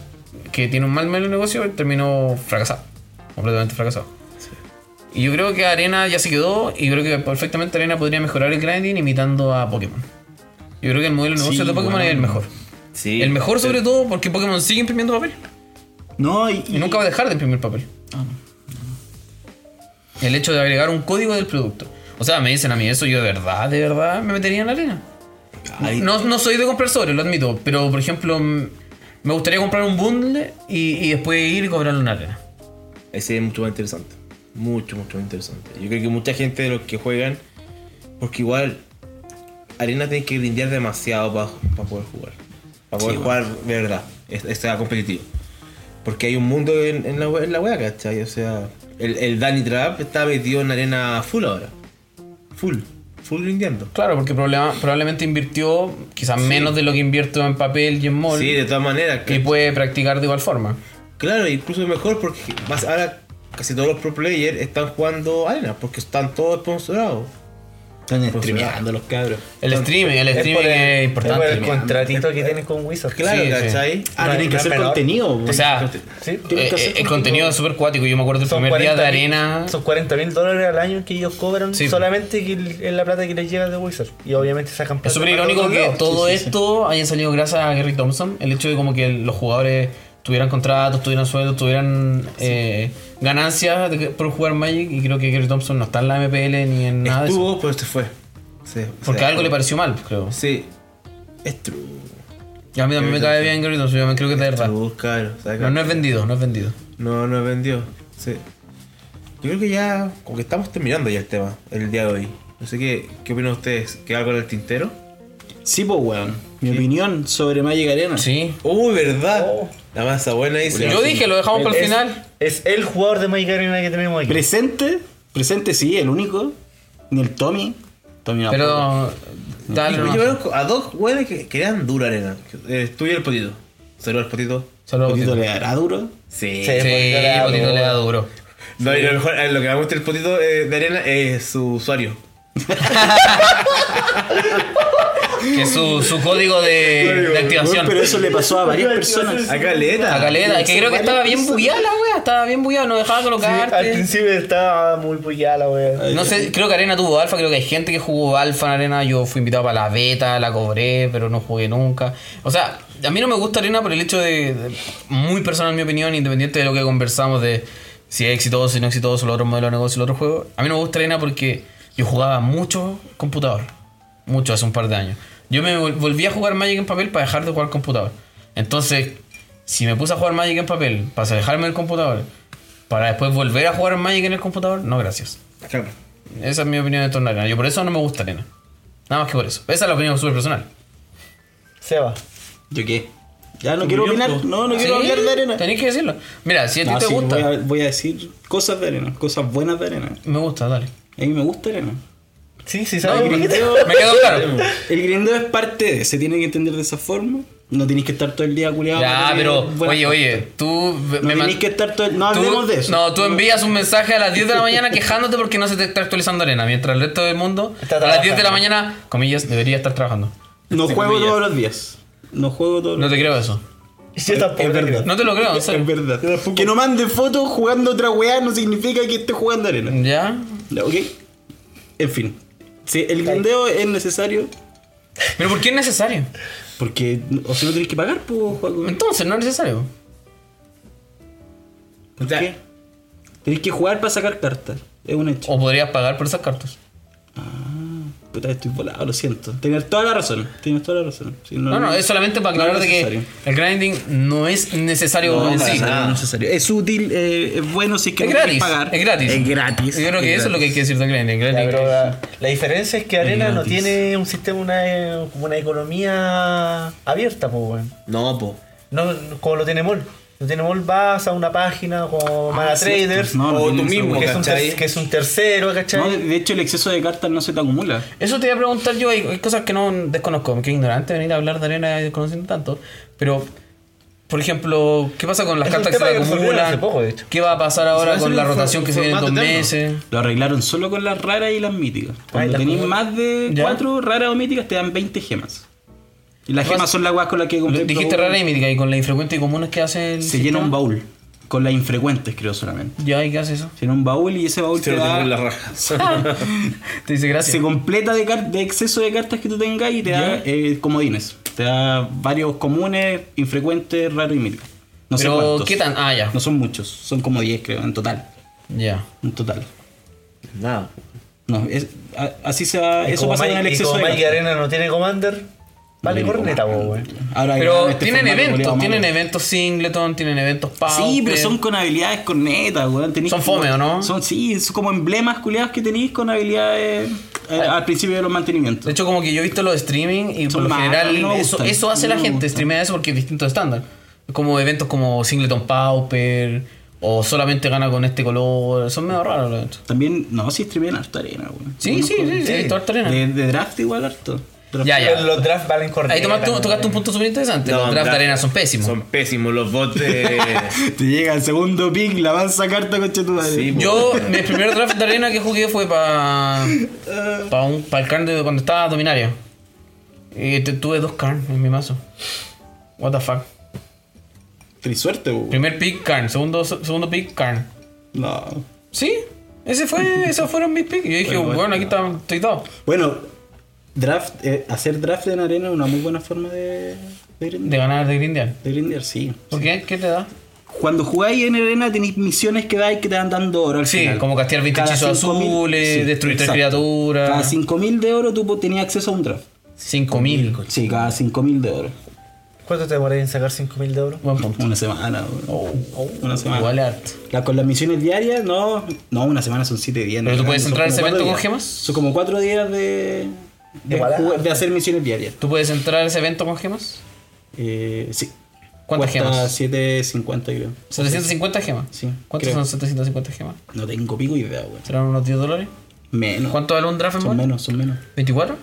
A: que tiene un mal medio negocio terminó fracasado, completamente fracasado. Y yo creo que Arena ya se quedó y creo que perfectamente Arena podría mejorar el grinding imitando a Pokémon. Yo creo que el modelo de negocio
D: Sí,
A: de Pokémon
D: bueno.
A: es el mejor.
C: Sí.
A: el mejor sobre todo porque Pokémon sigue imprimiendo papel
D: No, y, Ah,
A: y nunca va a dejar de imprimir papel. El hecho de agregar un código del producto. O sea, me dicen a mí eso, yo de verdad, de verdad me metería en la arena. No, no soy de comprar sobres, lo admito, pero por ejemplo, mm, me gustaría comprar un bundle y, y después ir y cobrarlo en la arena.
C: Ese es mucho más interesante. Mucho, mucho más interesante. Yo creo que mucha gente de los que juegan, porque igual Arena tiene que grindear demasiado para poder jugar. Para poder jugar de verdad. es- es sea competitivo. Porque hay un mundo en, en la, we- en la wea, ¿cachai? O sea, el, el Danny Trap está metido en arena full ahora. Full. Full grindeando.
A: Claro, porque problema- probablemente invirtió quizás menos de lo que invierto en papel y en mall
C: Sí, de todas maneras.
A: y puede practicar de igual forma.
C: Claro, incluso mejor porque más ahora casi todos los pro players están jugando arena porque están todos sponsorados.
D: Están
C: Streameando los cabros.
A: El streaming, el
B: Es
A: streaming
B: por el-
A: este es importante.
B: Es por el contratito que tienen con Wizard.
C: Claro,
A: Sí, sí.
C: ¿cachai?
D: Ah, tienen que
B: Gran
D: hacer
B: perdedor.
D: contenido.
A: o sea,
B: Sí.
A: eh, eh, el contenido es súper cuático. Yo me acuerdo el
B: Son
A: primer día de
B: 40.000
A: arena.
B: Son 40 mil dólares al año que ellos cobran
A: Sí.
B: solamente que el- es la plata que les llega de Wizard. Y obviamente sacan plata
A: Es súper
B: para
A: irónico
B: todos
A: que
B: lados.
A: todo esto haya salido gracias a Gary Thompson. El hecho de como que los jugadores tuvieran contratos, tuvieran sueldos, tuvieran eh, ganancias de- por jugar Magic. Y creo que Gary Thompson no está en la MPL ni en nada de eso.
C: Estuvo, pero se fue. Se-
A: Porque
C: se-
A: algo le pareció mal, creo.
C: Sí. Es true.
A: Y a mí también me cae bien Gary Thompson. Yo me creo que es de verdad.
C: True, claro. ¿sabes?
A: No, no es vendido, no es vendido.
C: No, no vendió. Sí. Yo creo que ya, como que estamos terminando ya el tema, el día de hoy. No sé qué, qué opinan ustedes. ¿Queda algo en el tintero?
D: Sí, pues, weón. Mi opinión sobre Magic Arena.
A: Sí.
C: Uy, ¿verdad? Oh. La masa buena dice.
A: Yo dije, lo dejamos para el final.
B: Es el jugador de Magic Arena que tenemos aquí.
D: Presente, presente sí, el único. Ni el Tommy. Tommy no.
A: Pero. Dale,
C: Yo
A: no.
C: conozco a dos güeyes que querían dura arena. Eh, tú y el potito. Saludos al potito.
A: Saludos.
D: Potito
A: Potito.
D: le dará duro.
C: Sí.
A: Sí,
B: Potito le da
A: Potito
B: duro.
A: le da duro.
C: No, y lo mejor, eh, lo que me gusta el potito eh, de arena es su usuario.
A: Que es su, su código de, de
D: Weón,
A: activación.
D: Pero eso le pasó a varias personas.
C: A caleta.
A: La caleta, que creo que estaba bien bugueada la wea. estaba bien bullado, no dejaba
B: al
A: colocarte.
B: principio estaba muy bullada la wea.
A: no sé, creo que Arena tuvo alfa, creo que hay gente que jugó alfa en Arena, yo fui invitado para la beta, la cobré, pero no jugué nunca. O sea, a mí no me gusta Arena por el hecho de, de- muy personal mi opinión, independiente de lo que conversamos de si es exitoso, si no es exitoso, el otro modelo de negocio, el otro juego. A mí no me gusta Arena porque yo jugaba mucho computador, mucho hace un par de años. Yo me vol- volví a jugar Magic en papel para dejar de jugar computador. Entonces, si me puse a jugar Magic en papel para dejarme el computador, para después volver a jugar Magic en el computador, no gracias.
C: Claro.
A: Esa es mi opinión de torno a arena. Yo por eso no me gusta arena. Nada más que por eso. Esa es la opinión súper personal.
B: Seba.
D: ¿Yo qué? Ya no quiero opinar. No, no quiero
A: ¿Sí?
D: hablar de arena.
A: Tenés que decirlo. Mira, si a ti
D: No,
A: te
D: sí,
A: gusta,
D: Voy a, voy a decir cosas de arena, cosas buenas de arena.
A: me gusta, dale.
D: A mí me gusta arena.
B: Sí, sí,
D: El
B: ¿sabes? por qué te-
D: grindeo,
A: Me quedó claro.
D: el grindeo es parte de, se tiene que entender de esa forma. No tienes que estar todo el día culiado.
A: Ya,
D: para tener
A: pero,
D: buenas
A: oye, oye, tú me
D: No
A: man-
D: tenéis que estar todo el- No
A: tú-
D: hablemos de eso.
A: No, tú envías un mensaje a las 10 de la mañana quejándote porque no se te está actualizando arena, mientras el resto del mundo
B: Está
A: a las 10 de la
B: trabajando.
A: mañana, comillas, debería estar trabajando.
D: No juego todos los días. No juego todos
A: No
D: los
A: te creo eso.
B: Yo tampoco.
D: Es verdad.
A: No te lo creo, en
D: días.
A: serio.
D: Es verdad. Que no mande fotos jugando otra weá no significa que esté jugando arena.
A: Ya.
D: ¿Ok? En fin. Si el grindeo es necesario
A: Pero ¿por qué es necesario?
D: porque. O si no tenés que pagar, pues, Juaco.
A: Entonces, no es necesario.
D: ¿Por qué? Tenés que jugar para sacar cartas. Es un hecho.
A: O podrías pagar por esas cartas.
D: Puta, estoy volado, lo siento. Tienes toda la razón. Tienes toda la razón. Si
A: No, no, es solamente para
D: no
A: aclarar de
D: es
A: que
D: necesario.
A: el grinding no es necesario
D: No,
A: en
D: para
A: sí.
D: nada, no es necesario. Es útil, eh, es bueno si es que
A: Es
D: no quieres
A: gratis,
D: pagar.
A: es gratis.
D: Es gratis.
A: Yo creo que eso es lo que hay que decir del grinding.
B: Ya,
A: grinding.
B: pero ah, la, la diferencia es que Arena no
D: gratis.
B: tiene un sistema, una, eh, como una economía abierta, pues, weón.
C: No, po.
B: No, no- como lo tiene MOL. Lo tiene MOL, vas a una página como
D: Ah,
B: Mana
D: cierto.
B: Traders,
D: No, no
B: o tú
D: tiene
B: mismo,
D: esa
B: que
D: hueá,
B: es, un ter-
D: ¿cachai?
B: que es un tercero, ¿cachai?
D: No, de- de hecho, el exceso de cartas no se te acumula.
A: Eso te iba a preguntar yo, hay, hay cosas que no desconozco, que ignorante venir a hablar de arena desconociendo tanto, pero por ejemplo, ¿qué pasa con las
B: Es un
A: cartas que se
B: tema que resolvieron
A: acumulan?
B: hace poco, de hecho.
A: ¿Qué va a pasar ahora
C: hace
A: con
C: un
A: la
C: for-
A: rotación que se viene en dos
C: formato eterno.
A: meses?
D: Lo arreglaron solo con las raras y las míticas.
B: Ay,
D: Cuando
B: las
D: tenéis
B: como-
D: más de
A: ¿Ya?
D: cuatro raras o míticas, te dan 20 gemas. Y las
A: Además,
D: gemas son las guas con las que compré.
A: Dijiste
D: todo.
A: rara y mítica, y con la infrecuente y comunes que hace el.
D: Se llena un
A: sistema?
D: baúl. Con las infrecuentes, creo solamente.
A: Ya, ¿y qué hace eso?
D: Se llena un baúl y ese baúl
C: Se
D: te
C: lo tengo en
D: da.
C: las
D: Ah,
C: rajas.
A: Te dice gracias.
D: Se completa de, car- de exceso de cartas que tú tengas y te da eh, comodines. Te da varios comunes, infrecuentes, raros y míticos. No sé
A: pero,
D: cuántos.
A: ¿qué tan? Ah, ya.
D: No son muchos, son como 10 creo, en total.
A: Ya.
D: En total.
C: Nada.
D: No, es- a- así se va,
B: Y
D: eso
B: como
D: pasa
B: Mike-
D: en el
B: y
D: exceso
B: como
D: de
B: Mike
D: cartas.
B: Arena no tiene Commander, vale
D: Mira,
B: corneta, po,
D: bueno.
B: weón.
D: Ahora
A: Pero
D: en este
A: tienen
D: formato,
A: eventos,
D: culiao,
A: tienen
D: malo.
A: eventos singleton, tienen eventos pauper.
D: Sí, pero son con habilidades cornetas, weón. Tenéis
A: Son
D: como-
A: fome, ¿o no?
D: Son, sí, son como emblemas culiados que tenéis con habilidades eh, al principio de los mantenimientos.
A: Ah. De hecho, como que yo he visto los streaming y por
D: Son
A: lo
D: malos, a
A: general
D: mí no me
A: eso,
D: gustan,
A: eso hace
D: a mí
A: la
D: no me
A: gente,
D: gustan.
A: streamea eso porque es distinto de estándar. Como eventos como Singleton Pauper o solamente gana con este color, son medio raros los eventos.
D: También, no, sí streamean harto arena, weón.
A: Sí, sí, sí, sí, he visto harto arena.
D: De, de draft igual harto. Draft
A: Ah, Ya,
B: Pero Los drafts valen corneta.
A: Ahí tomaste-
B: ¿no?
A: tocaste un punto súper interesante.
C: No,
A: los draft de
C: draft-
A: arena son pésimos.
C: Son pésimos los bots de.
D: Te llega el segundo pick, la van a sacar tu coche tu madre.
C: Sí, po.
A: Yo, mi primer draft de arena que jugué fue para pa un para el carn de cuando estaba Dominaria. Y te- tuve dos carn en mi mazo. What the fuck.
D: Tenés suerte, weón.
A: Primer pick carn, segundo, segundo pick carn.
D: No.
A: Sí, ese fue, esos fueron mis picks. Yo dije,
D: Bueno,
A: bueno,
D: bueno.
A: aquí está, estoy todo.
D: Bueno, draft, eh, hacer draft en arena es una muy buena forma de, de
A: De
D: grindear.
A: ganar de grindear.
D: De grindear, sí.
A: ¿Por qué? ¿Qué te da?
D: Cuando jugáis en arena tenéis misiones que dais que te van dando oro al
A: Sí,
D: final.
A: como castear 20
D: Cada
A: hechizos
D: 5.000,
A: azules, destruir tres
D: exacto.
A: criaturas.
D: Cada 5000 de oro tú po- tenías acceso a un draft.
A: 5000.
D: Sí, cada 5000 de oro.
B: ¿Cuánto te demoráis en sacar 5.000 de euros?
A: Buen punto.
D: Una semana, weón. una semana.
A: Oh, Igual es harto.
D: La- con las misiones diarias, no, no, una semana son 7 días.
A: Pero
D: no,
A: tú puedes
D: son
A: entrar al
D: como
A: evento
D: cuatro
A: con
D: días.
A: gemas.
D: Son como 4 días de, de,
B: De balada.
D: jugar- de hacer misiones diarias.
A: ¿Tú puedes entrar a ese evento con gemas?
D: Eh, sí.
A: ¿Cuántas
D: Cuesta
A: gemas?
D: 7.50 creo.
A: 750 gemas.
D: Sí,
A: ¿Cuántos
D: creo.
A: son 750 gemas?
D: No tengo pico idea, güey.
A: ¿Serán unos 10 dólares?
D: Menos.
A: ¿Cuánto vale un draft en
D: Son
A: bol?
D: menos, son menos.
A: ¿24?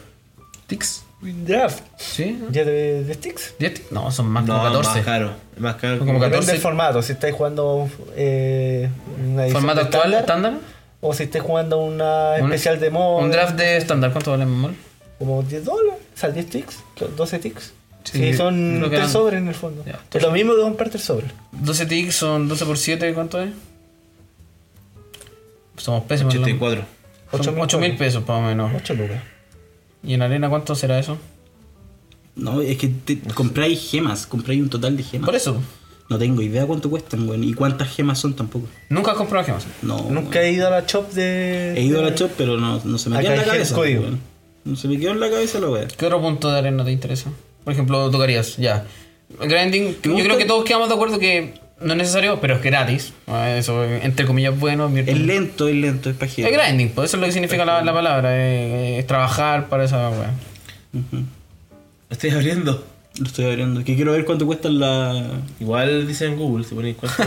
A: ¿Ticks?
B: Draft.
A: ¿Sí? ¿no?
B: ¿Ya de, de Sticks?
A: ¿10 ticks? No, son más
C: No,
A: como 14.
C: más caro. Más caro.
A: Son como
B: Depende
A: 14.
B: del formato. Si estáis jugando eh, una edición
A: ¿Formato
B: de
A: actual
B: estándar,
A: estándar?
B: o si estáis jugando una
A: Un-
B: especial de mod.
A: Un draft de estándar, ¿cuánto vale, mi amor?
B: Como 10 dólares. O sea, 10 ticks. 12 ticks. Sí, son
A: creo que
B: tres
A: eran-
B: sobres en el fondo.
A: Ya.
B: es lo mismo que comprarte el sobre.
A: 12 ticks son 12 por 7, ¿cuánto es? Somos pésimos.
C: 84.
A: 8 mil pesos, más o menos.
B: 8 lucas.
A: ¿Y en arena cuánto será eso?
D: No, es que te compráis gemas, compráis un total de gemas.
A: Por eso.
D: No tengo idea cuánto cuestan, weón, y cuántas gemas son tampoco.
A: Nunca has comprado gemas.
D: No.
B: Nunca he ido a la shop de.
D: He ido a la shop, pero no, no se me
B: Acá
D: quedó en la
B: hay
D: cabeza.
B: código.
D: weón. No se me quedó en la cabeza la weá.
A: ¿Qué otro punto de arena te interesa? Por ejemplo, tocarías, ya. Grinding, yo
D: gusta?
A: creo que todos quedamos de acuerdo que no es necesario, pero es gratis. Ah, Eso, entre comillas, bueno.
D: Es
A: virtud-
D: lento, es lento, es pajero.
A: Es grinding, pues eso es lo que significa la, la palabra, eh, es trabajar para esa weá.
D: Ujú.
C: ¿Lo estoy abriendo?
D: Lo estoy abriendo. Que quiero ver cuánto cuestan la.
C: Igual dice en Google, si ponéis cuánto.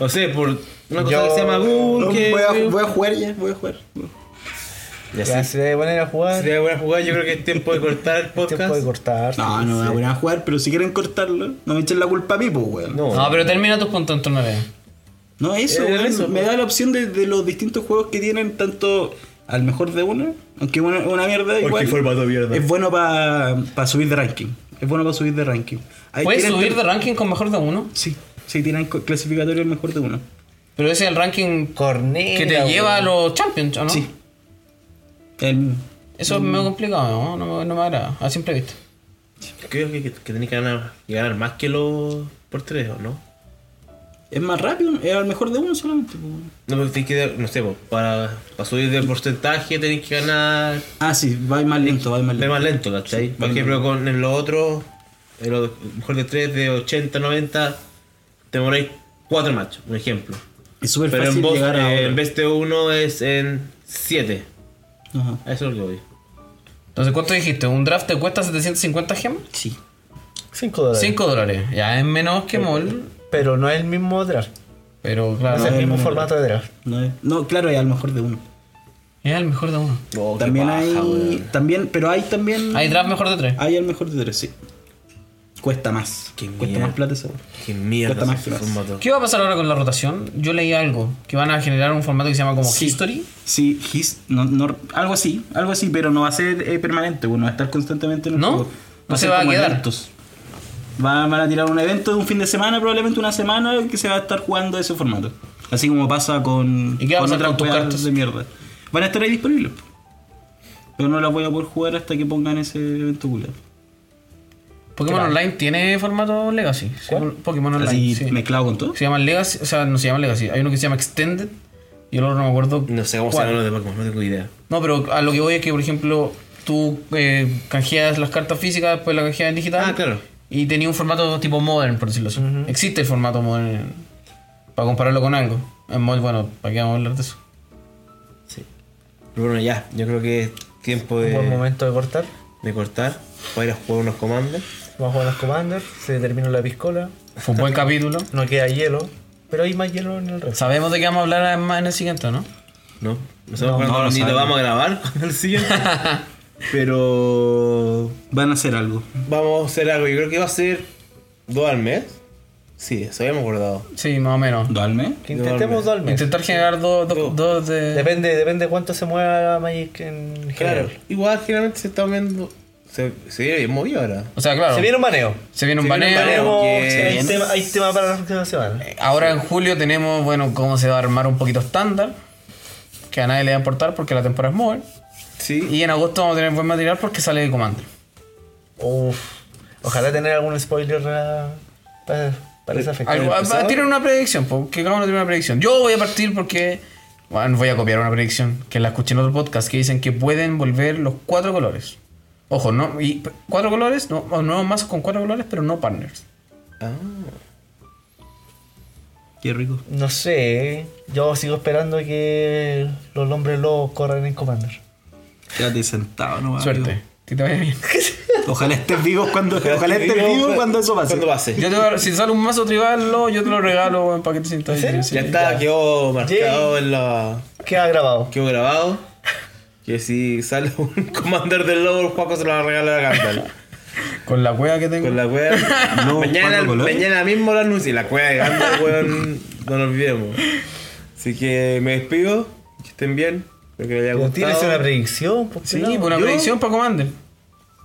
C: no sé, por una cosa
B: Yo-
C: que se llama Google,
D: No,
C: que.
D: voy, a, voy a jugar ya, voy a jugar.
C: Ya
B: Ya
C: sé.
B: se debe poner a jugar.
C: Sería buena jugada, yo creo que es tiempo de cortar el
B: Tiempo de
C: podcast.
B: cortar.
D: No, no me voy a poner a jugar, pero si quieren cortarlo, no me echen la culpa a mí, pues weón. No,
A: No, pero termina tus puntos en torno a la arena.
D: eso,
C: Era
D: weón.
C: eso,
D: me da la opción de, de los distintos juegos que tienen, tanto al mejor de una, aunque una, una mierda igual.
C: formato mierda.
D: Es bueno para subir de ranking. Es bueno para subir de ranking. Ahí
A: Puedes
D: tienen
A: subir de
D: tre-
A: ranking con mejor de uno,
D: Sí, sí, tienen co- clasificatorio el mejor de uno.
A: pero ese es el ranking
B: Corneta.
A: que te lleva a los champions, ¿o ¿no?
D: Sí. El-
A: Eso es medio complicado, ¿no? No, me- no me agrada, a simple vista.
C: Creo que, que, que tenéis que ganar, y ganar más que los por tres, ¿o no?
D: es más rápido, es al mejor de uno solamente. pues, weón.
C: No, pero tenéis que, no sé, po, para, para subir de porcentaje tenéis que ganar.
D: Ah, sí, va más lento, va más
C: de
D: lento.
C: más lento, ¿cachai?
D: Sí,
C: Por
D: va
C: ejemplo, con en los otros, en los mejor de tres, de 80, 90, te moráis cuatro machos, un ejemplo.
D: Es súper
C: Pero
D: fácil
C: en, vos,
D: llegar a
C: eh,
D: otro.
C: en vez de uno es en 7.
D: Ajá.
C: Eso es lo que voy.
A: Entonces, ¿cuánto dijiste? ¿Un draft te cuesta 750 gemas?
D: Sí.
B: 5 dólares.
A: 5 dólares. Ya es menos que mol,
B: Pero no es el mismo draft.
A: pero
B: No
A: claro.
B: es el
A: Es
B: mismo formato de draft.
D: No, es- no, claro, es al mejor de uno.
A: el mejor de uno.
C: Oh,
D: también hay. También, pero hay también.
A: Hay draft mejor de tres.
D: Hay al mejor de tres, sí. Cuesta más.
C: Qué
D: Cuesta
C: mierda.
D: más plata seguro.
C: Qué mierda
D: Cuesta más
C: ese
D: que más.
C: formato.
A: ¿Qué va a pasar ahora con la rotación? Yo leí algo, que van a generar un formato que se llama como
D: Sí.
A: History.
D: Sí, his- no, no- algo así, algo así, pero no va a ser eh, permanente, bueno, va a estar constantemente en el
A: ¿No?
D: juego.
A: No
D: a
A: se
D: ser
A: va a
D: como
A: quedar.
D: eventos. Va- van a tirar un evento de un fin de semana, probablemente una semana, que se va a estar jugando ese formato. Así como pasa con,
A: ¿Y qué va a
D: con
A: pasar
D: otras
A: con tus
D: weas
A: cartas?
D: de mierda. Van a estar ahí disponibles. po. Pero no las voy a poder jugar hasta que pongan ese evento culiao.
A: Pokémon Online tiene formato Legacy. Sí, Pokémon Online.
D: Así
A: sí.
D: mezclado con todo.
A: Se llama Legacy, o sea, no se llama Legacy. Hay uno que se llama Extended. Y el otro no me acuerdo.
C: No sé cómo se
A: cuál.
C: llaman los de Pokémon, no tengo idea.
A: No, pero a lo que voy es que, por ejemplo, tú eh, canjeas las cartas físicas, después las canjeas en digital.
C: Ah, claro.
A: Y tenía un formato tipo modern, por decirlo así. Existe el formato modern. en- Para compararlo con algo. Es muy bueno, ¿para qué vamos a hablar de eso?
C: Pero bueno, ya, yo creo que es tiempo
B: Un buen
C: de,
B: momento de cortar.
C: de cortar. Voy a ir a jugar unos comandos.
B: Vamos a jugar a los Commanders. Se terminó la piscola.
A: Fue un buen capítulo.
B: No queda hielo. Pero hay más hielo en el resto.
A: Sabemos de qué vamos a hablar además en el siguiente, ¿no?
C: No, no sabemos cuándo
D: no
C: ni lo
D: sabemos.
C: vamos a grabar con el siguiente. Pero
D: Van a hacer algo.
C: vamos a hacer algo. Yo creo que va a ser dos al mes. Sí, eso habíamos acordado.
A: Sí, más o menos.
D: ¿Dos al mes?
B: Que intentemos dos al mes.
A: Intentar generar dos dos- dos de...
B: Depende, depende cuánto se mueva la Magic en general.
C: Claro. Igual generalmente se está moviendo. Se, se viene bien movido ahora.
A: O sea, claro.
B: Se viene un baneo.
A: Se viene un
C: Se viene un
A: baneo.
C: baneo.
B: Tenemos-
C: que-
B: hay, tema, hay tema para la próxima semana.
A: Ahora en julio tenemos, bueno, cómo se va a armar un poquito estándar. Que a nadie le va a importar porque la temporada es móvil.
C: Sí.
A: Y en agosto vamos a tener buen material porque sale de Commander.
B: Uf. Ojalá tener algún spoiler ah, para, para esa fecha.
A: Algo- ah, Tienen una predicción, porque cada uno tiene una predicción. Yo voy a partir porque. Bueno, voy a copiar una predicción que la escuché en otro podcast que dicen que pueden volver los cuatro colores. Ojo, no. Y cuatro colores, no, o nuevos mazos con cuatro colores, pero no partners.
D: Qué rico.
B: No sé, yo sigo esperando que los hombres lobos corran en Commander.
D: Quédate sentado, no va,
A: Suerte.
D: amigo.
A: Que te vaya bien.
D: Ojalá estés vivo cuando, ojalá estés
C: Digo,
D: vivo cuando eso pase.
C: Cuando pase.
A: Yo te voy a- si sale un mazo tribal, no, yo te lo regalo weón, para que te sientas bien. Sí.
C: ya está, quedó marcado en la.
B: Queda grabado.
C: Quedó grabado. Que si sale un commander del lobo, el Juaco se lo va a regalar a Gandalf.
A: Con la cueva que tengo.
C: Con la wea.
D: No,
C: mañana,
D: cuatro colores.
C: mañana mismo lo anuncio. La wea de Gandalf, weón. No nos olvidemos. Así que me despido. Que estén bien. Espero que les haya
B: Pero
C: gustado.
B: Tienes una predicción, pues,
A: Sí,
B: pelado.
A: pues una predicción para Commander.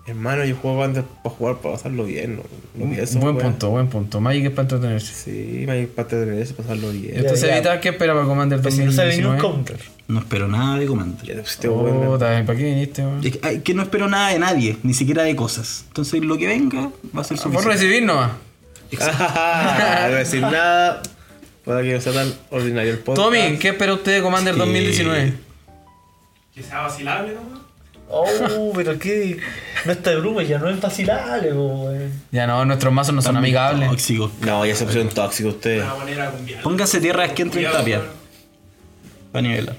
C: Hermano, yo juego antes para jugar, para pasarlo bien. No, no
A: Un-
C: vi eso,
A: buen
C: weón.
A: punto, buen punto. Magic es para entretenerse.
C: Sí, me parte de eso, pasarlo bien.
A: Entonces,
B: ya.
A: evitar que espera para Commander
C: pues,
B: Pero si no sale ni un
A: 2019?
B: counter.
D: No espero nada de Commander.
C: Ya te pusiste weón.
A: Puta, ¿y ¿Para qué viniste, weón?
D: Es que, ay, que no espero nada de nadie, ni siquiera de cosas. Entonces lo que venga va a ser
A: Por
D: suficiente.
A: recibir nomás.
C: Ah, no decir nada para que no sea tan ordinario el podcast.
A: Tommy, ¿qué espera usted de Commander
D: Sí.
A: 2019?
F: Que sea vacilable, ¿no?
B: Oh, pero qué. Nuestra bruma ya no es vacilable, po, weón.
A: Ya no, nuestros mazos no son amigables.
D: Tóxico.
C: No, ya se pusieron tóxicos ustedes.
F: Una manera con vial.
D: Pónganse tierras que entren
F: Cuidado,
D: tapia.
F: weón.
D: Para nivelar.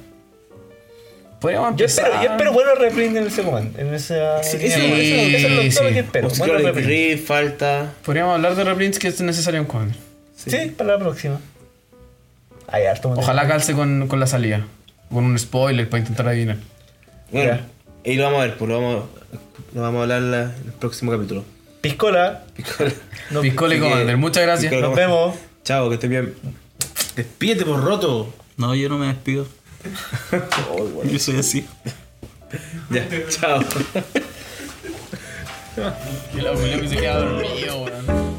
A: Podríamos
B: Yo
A: empezar.
B: espero, yo espero buenos reprints en ese momento. En esa.
C: Ah. Sí,
B: línea,
C: sí, Pues
B: weón. eso, eso es lo,
A: sí.
B: todo lo que espero.
C: Obscure
B: Buenos reprints.
C: Grip, falta.
A: Podríamos hablar de reprints que es necesario en Commander.
B: Sí. para la próxima. Hay harto material.
A: Ojalá calce con, con la salida. Con un spoiler para intentar adivinar.
C: Bueno,
B: Ya.
C: ahí lo vamos a ver, pues lo vamos, lo vamos a hablar la- en el próximo capítulo.
B: Piscola,
A: No, Piscole Commander, muchas gracias.
C: Piscola.
B: nos vemos.
C: Chao, que estés bien.
I: Despídete por roto.
D: No, yo no me despido. Yo soy así.
C: Ya, chao.
A: Que la abuela que se queda dormido, weón.